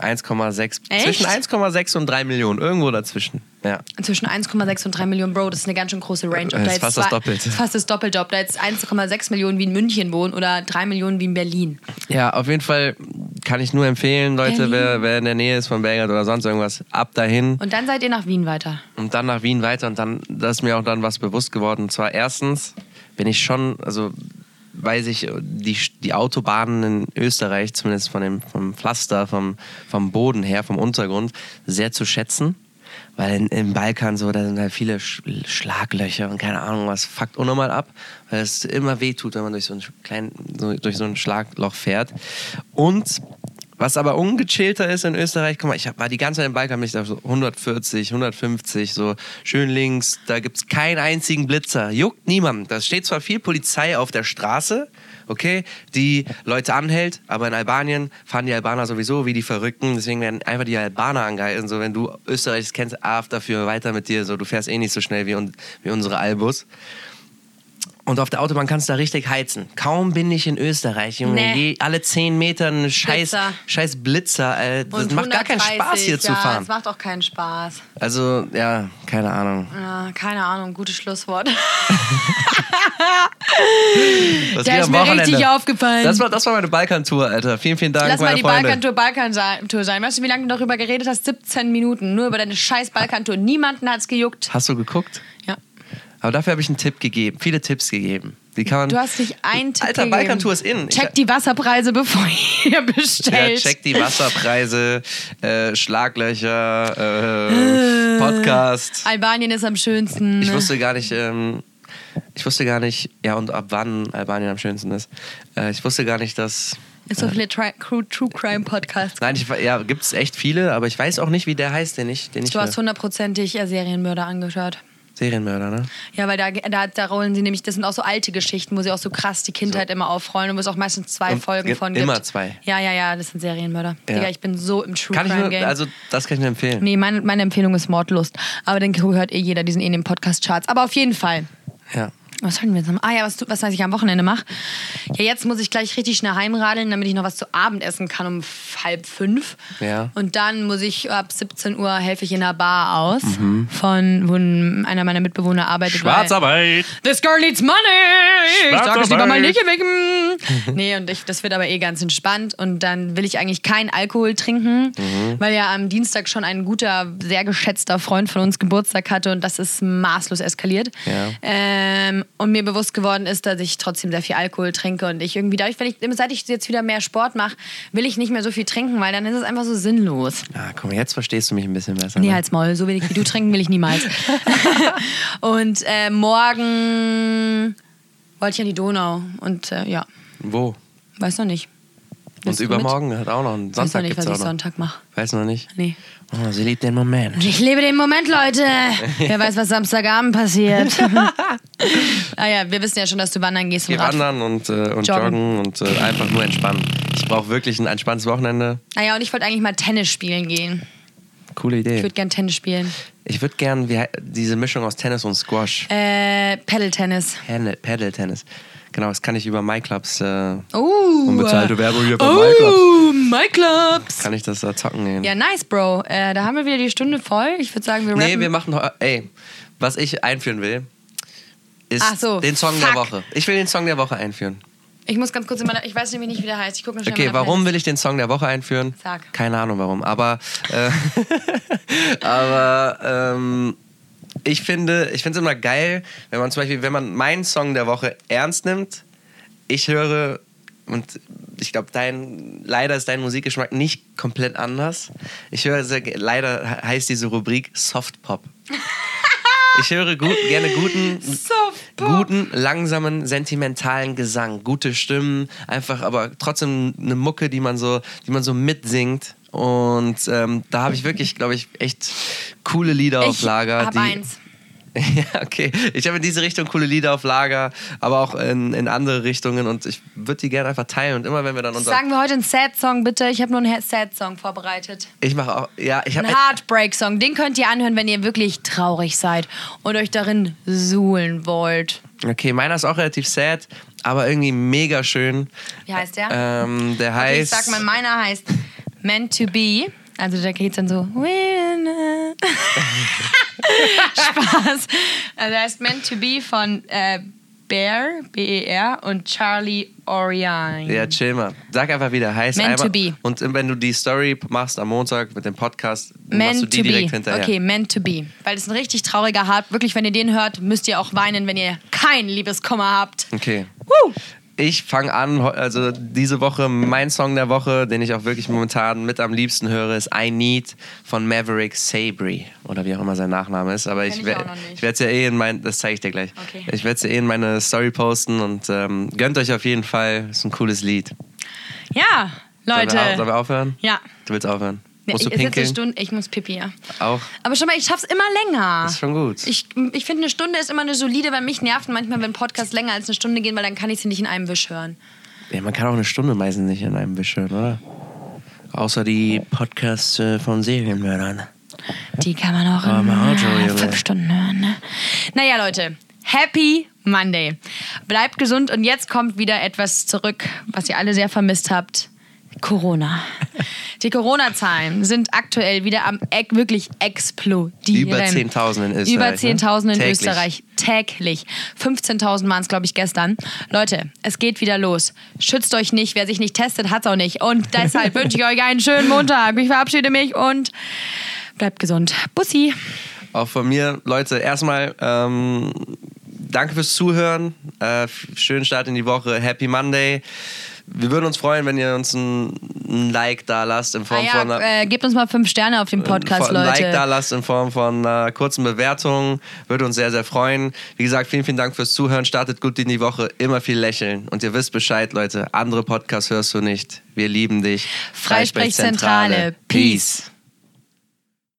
Speaker 1: 1,6
Speaker 2: Echt?
Speaker 1: zwischen 1,6 und 3 Millionen irgendwo dazwischen. Ja.
Speaker 2: Zwischen 1,6 und 3 Millionen, Bro, das ist eine ganz schön große Range.
Speaker 1: Das Äh, ist fast das
Speaker 2: zwei-
Speaker 1: Doppelte.
Speaker 2: Fast das Doppelte, ob da jetzt 1,6 Millionen wie in München wohnen oder 3 Millionen wie in Berlin.
Speaker 1: Ja, auf jeden Fall kann ich nur empfehlen, Leute,
Speaker 2: Berlin.
Speaker 1: wer, wer in der Nähe ist von Belgrad oder sonst irgendwas, ab dahin
Speaker 2: Und dann seid ihr nach Wien weiter.
Speaker 1: und dann nach Wien weiter und dann das ist mir auch dann was bewusst geworden. Und zwar erstens bin ich schon, also weiß ich die, die Autobahnen in Österreich zumindest von dem vom Pflaster, vom, vom Boden her, vom Untergrund sehr zu schätzen. Weil in, im Balkan so, da sind halt viele Sch Schlaglöcher und keine Ahnung was, fuckt unnormal ab, weil es immer weh tut, wenn man durch so ein, Sch- klein, so, durch so ein Schlagloch fährt. Und was aber ungechillter ist in Österreich, guck mal, ich hab, war die ganze Zeit im Balkan, bin ich da so 140, 150, so schön links, da gibt's keinen einzigen Blitzer, juckt niemand. Da steht zwar viel Polizei auf der Straße, okay, die Leute anhält, aber in Albanien fahren die Albaner sowieso wie die Verrückten, deswegen werden einfach die Albaner angehalten, so wenn du Österreichs kennst, af dafür weiter mit dir, so du fährst eh nicht so schnell wie, un wie unsere Albus. Und auf der Autobahn kannst du da richtig heizen. Kaum bin ich in Österreich, Junge.
Speaker 2: Nee.
Speaker 1: Je, alle 10 Meter ein scheiß
Speaker 2: Blitzer.
Speaker 1: Blitzer. Scheiß Blitzer. Äh, das
Speaker 2: Und
Speaker 1: macht gar keinen
Speaker 2: 130,
Speaker 1: Spaß hier
Speaker 2: ja,
Speaker 1: zu fahren.
Speaker 2: Das macht auch keinen Spaß.
Speaker 1: Also, ja, keine Ahnung.
Speaker 2: Ja, keine Ahnung, gutes Schlusswort.
Speaker 1: Das
Speaker 2: Der
Speaker 1: geht
Speaker 2: ist
Speaker 1: am
Speaker 2: mir
Speaker 1: Wochenende.
Speaker 2: richtig aufgefallen.
Speaker 1: Das war, das war meine Balkantour, Alter. Vielen, vielen Dank,
Speaker 2: Lass mal
Speaker 1: meine
Speaker 2: die
Speaker 1: Freunde.
Speaker 2: Balkantour Balkantour sein. Weißt du, wie lange du darüber geredet hast? 17 Minuten. Nur über deine scheiß Balkantour. Niemanden hat's gejuckt.
Speaker 1: Hast du geguckt?
Speaker 2: Ja.
Speaker 1: Aber dafür habe ich einen Tipp gegeben. Viele Tipps gegeben. Die kann man,
Speaker 2: Du hast nicht einen Tipp
Speaker 1: Alter,
Speaker 2: gegeben.
Speaker 1: Balkantour ist in.
Speaker 2: Check die Wasserpreise, bevor ihr <laughs>
Speaker 1: ja,
Speaker 2: bestellt.
Speaker 1: check die Wasserpreise, äh, Schlaglöcher, äh, Podcast.
Speaker 2: Albanien ist am schönsten.
Speaker 1: Ich wusste gar nicht, ähm, ich wusste gar nicht, ja und ab wann Albanien am schönsten ist. Äh, ich wusste gar nicht, dass.
Speaker 2: Ist
Speaker 1: Äh.
Speaker 2: so viele Tri True, True Crime Podcasts.
Speaker 1: Nein, ich, we- ja, gibt es echt viele, aber ich weiß auch nicht, wie der heißt, den ich, den ich
Speaker 2: Du hast
Speaker 1: höre.
Speaker 2: hundertprozentig äh, Serienmörder angeschaut.
Speaker 1: Serienmörder, ne?
Speaker 2: Ja, weil da, da, da rollen sie nämlich, das sind auch so alte Geschichten, wo sie auch so krass die Kindheit immer aufrollen und wo es auch meistens zwei
Speaker 1: Und
Speaker 2: Folgen
Speaker 1: ge-
Speaker 2: von gibt.
Speaker 1: immer zwei.
Speaker 2: Ja, ja, ja, das sind Serienmörder.
Speaker 1: Ja.
Speaker 2: Digga, ich bin so im True
Speaker 1: Kann ich
Speaker 2: Crime
Speaker 1: nur,
Speaker 2: Game.
Speaker 1: also das kann ich nur empfehlen.
Speaker 2: nee, meine, meine Empfehlung ist Mordlust. Aber den hört eh jeder, die sind eh in den Podcast-Charts. Aber auf jeden Fall.
Speaker 1: Ja.
Speaker 2: Was sollten wir jetzt noch? Ah ja, was, tu- was weiß ich am Wochenende mache. Ja, jetzt muss ich gleich richtig schnell heimradeln, damit ich noch was zu Abend essen kann um f- halb fünf.
Speaker 1: Ja.
Speaker 2: Und dann muss ich ab 17 Uhr helfe ich in einer Bar aus, von wo ein- einer meiner Mitbewohner arbeitet. weil-
Speaker 1: Schwarzarbeit!
Speaker 2: This girl needs money. Ich sag es
Speaker 1: Schwarzarbeit.
Speaker 2: lieber mal nicht weg. Nee, und ich, das wird aber eh ganz entspannt. Und dann will ich eigentlich keinen Alkohol trinken, weil ja am Dienstag schon ein guter, sehr geschätzter Freund von uns Geburtstag hatte und das ist maßlos eskaliert.
Speaker 1: Ja.
Speaker 2: Ähm, und mir bewusst geworden ist, dass ich trotzdem sehr viel Alkohol trinke und ich irgendwie dadurch, wenn ich, seit ich jetzt wieder mehr Sport mache, will ich nicht mehr so viel trinken, weil dann ist es einfach so sinnlos.
Speaker 1: Ah, komm, jetzt verstehst du mich ein bisschen besser.
Speaker 2: Nee, halt.
Speaker 1: ne?
Speaker 2: halt's Maul. So wenig wie du trinken will
Speaker 1: <laughs>
Speaker 2: ich niemals. und äh, morgen wollte ich an die Donau. Und äh, ja,
Speaker 1: Wo?
Speaker 2: weiß noch nicht. Willst
Speaker 1: Und
Speaker 2: du
Speaker 1: übermorgen hat auch noch einen
Speaker 2: Weiß noch
Speaker 1: Sonntag.
Speaker 2: nicht,
Speaker 1: gibt's
Speaker 2: was ich
Speaker 1: auch noch.
Speaker 2: Sonntag mache.
Speaker 1: Weiß noch nicht.
Speaker 2: Nee.
Speaker 1: Oh, sie liebt den Moment.
Speaker 2: Ich lebe den Moment,
Speaker 1: <laughs>
Speaker 2: Leute. Wer weiß, was Samstagabend passiert. ah ja, wir wissen ja schon, dass du wandern gehst. und
Speaker 1: Wir
Speaker 2: Rad-
Speaker 1: wandern und, äh, und
Speaker 2: Joggen.
Speaker 1: joggen, und äh, einfach nur entspannen. Ich brauche wirklich ein entspanntes Wochenende.
Speaker 2: Ah ja, und ich wollte eigentlich mal Tennis spielen gehen.
Speaker 1: Coole
Speaker 2: Ich
Speaker 1: Idee.
Speaker 2: würde gern Tennis spielen.
Speaker 1: Ich würde gern wie, he- diese Mischung aus Tennis und Squash,
Speaker 2: Äh, Paddle-Tennis.
Speaker 1: Paddle- Paddle-Tennis. Genau, das kann ich über MyClubs, äh,
Speaker 2: Oh.
Speaker 1: Unbezahlte Werbung hier von
Speaker 2: Oh, MyClubs.
Speaker 1: kann ich das da zocken gehen.
Speaker 2: Ja, nice, Bro. Äh, da haben wir wieder die Stunde voll. Ich würde sagen, wir rappen.
Speaker 1: Nee, wir machen. heu- Ey, was ich einführen will, ist
Speaker 2: Ach so,
Speaker 1: den Song der
Speaker 2: fuck.
Speaker 1: Woche. Ich will den Song der Woche einführen.
Speaker 2: ich muss ganz kurz in meiner... Ich weiß nämlich nicht, wie der heißt. Ich gucke noch schnell
Speaker 1: Okay,
Speaker 2: in meiner
Speaker 1: warum
Speaker 2: Playlist.
Speaker 1: will ich den Song der Woche einführen?
Speaker 2: Sag.
Speaker 1: Keine Ahnung warum, aber, äh, <laughs> aber ähm, ich finde ich finde es immer geil, wenn man zum Beispiel, wenn man meinen Song der Woche ernst nimmt, ich höre und ich glaube, dein leider ist dein Musikgeschmack nicht komplett anders. Ich höre sehr, ge- leider he- heißt diese Rubrik Soft Pop. Ich höre gut, gerne guten,
Speaker 2: Soft Pop.
Speaker 1: guten, langsamen, sentimentalen Gesang, gute Stimmen, einfach aber trotzdem eine Mucke, die man so, die man so mitsingt. Und ähm, da habe ich wirklich, glaube ich, echt coole Lieder auf
Speaker 2: Ich
Speaker 1: Lager.
Speaker 2: hab
Speaker 1: die,
Speaker 2: eins.
Speaker 1: <laughs> Ja, okay. Ich habe in diese Richtung coole Lieder auf Lager, aber auch in, in andere Richtungen und ich würde die gerne einfach teilen. Und immer wenn wir dann unser.
Speaker 2: Sagen wir heute einen Sad-Song, bitte. Ich habe nur einen Sad-Song vorbereitet.
Speaker 1: Ich mache auch. Ja, äh, ich habe.
Speaker 2: Ein Heartbreak-Song. Den könnt ihr anhören, wenn ihr wirklich traurig seid und euch darin suhlen wollt.
Speaker 1: Okay, meiner ist auch relativ sad, aber irgendwie mega schön.
Speaker 2: Wie heißt der?
Speaker 1: Ähm, der
Speaker 2: Okay, ich
Speaker 1: heißt.
Speaker 2: sag mal, meiner heißt Meant to Be. Also da geht's dann so. <laughs> Spaß. Also der heißt Meant to Be von äh, Bear, B-E-R, und Charlie Orion.
Speaker 1: Ja, chill mal. Sag einfach, wie der heißt.
Speaker 2: Meant
Speaker 1: einmal.
Speaker 2: Mhm. to be.
Speaker 1: Und wenn du die Story machst am Montag mit dem Podcast, machst du
Speaker 2: Meant
Speaker 1: die
Speaker 2: to be.
Speaker 1: direkt hinterher.
Speaker 2: Okay, meant to be. Weil es ist ein richtig trauriger Heart. Wirklich, wenn ihr den hört, müsst ihr auch weinen, wenn ihr kein Liebeskummer habt.
Speaker 1: Okay.
Speaker 2: Woo!
Speaker 1: Ich fange an, heu- also diese Woche, mein Song der Woche, den ich auch wirklich momentan mit am liebsten höre, ist I Need von Maverick Sabry. Oder wie auch immer sein Nachname ist. Aber ich,
Speaker 2: ich
Speaker 1: we-
Speaker 2: auch noch nicht.
Speaker 1: ich werde es ja eh in mein, das zeige ich dir gleich.
Speaker 2: Okay.
Speaker 1: Ich werde es ja eh in meine Story posten und ähm, gönnt euch auf jeden Fall. Ist ein cooles Lied.
Speaker 2: Ja,
Speaker 1: Sollen
Speaker 2: Leute.
Speaker 1: wir, au- sollen wir aufhören?
Speaker 2: Ja.
Speaker 1: Du willst aufhören?
Speaker 2: Nee,
Speaker 1: Musst du
Speaker 2: ich, es ist jetzt eine
Speaker 1: pinkeln?
Speaker 2: Stunde, ich muss pipi, ja.
Speaker 1: Auch.
Speaker 2: Aber schon mal, ich schaff's immer länger.
Speaker 1: Ist schon gut.
Speaker 2: Ich, ich finde, eine Stunde ist immer eine solide, weil mich nerven manchmal, wenn Podcasts länger als eine Stunde gehen, weil dann kann ich sie nicht in einem Wisch hören.
Speaker 1: Ja, man kann auch eine Stunde meistens nicht in einem Wisch hören, oder? Außer die Podcasts äh, von Serienmördern.
Speaker 2: Die kann man auch
Speaker 1: Aber
Speaker 2: in
Speaker 1: mal Auto,
Speaker 2: äh,
Speaker 1: Junge.
Speaker 2: fünf Stunden hören. Ne? Naja, Leute, Happy Monday. Bleibt gesund und jetzt kommt wieder etwas zurück, was ihr alle sehr vermisst habt.
Speaker 1: <laughs>
Speaker 2: Corona. Die Corona-Zahlen sind aktuell wieder am Eck wirklich explodieren.
Speaker 1: Über 10.000 in Österreich,
Speaker 2: Über
Speaker 1: ne?
Speaker 2: 10.000 in
Speaker 1: Täglich.
Speaker 2: Österreich. Täglich. 15.000 waren es, glaube ich, gestern. Leute, es geht wieder los. Schützt euch nicht. Wer sich nicht testet, hat's auch nicht. Und
Speaker 1: <laughs>
Speaker 2: deshalb wünsche ich euch einen schönen Montag. Ich verabschiede mich und Bleibt gesund. Bussi.
Speaker 1: Auch von mir, Leute, erstmal ähm, danke fürs Zuhören. Äh, f- schönen Start in die Woche. Happy Monday. Wir würden uns freuen, wenn ihr uns ein, ein Like da lasst in Form von einer,
Speaker 2: äh, gebt uns mal fünf Sterne auf dem Podcast,
Speaker 1: von- ein Like da
Speaker 2: Leute.
Speaker 1: lasst in Form von einer kurzen Bewertung. Würde uns sehr, sehr freuen. Wie gesagt, vielen, vielen Dank fürs Zuhören. Startet gut in die Woche. Immer viel lächeln. Und ihr wisst Bescheid, Leute. Andere Podcasts hörst du nicht. Wir lieben dich.
Speaker 2: Freisprechzentrale. Peace.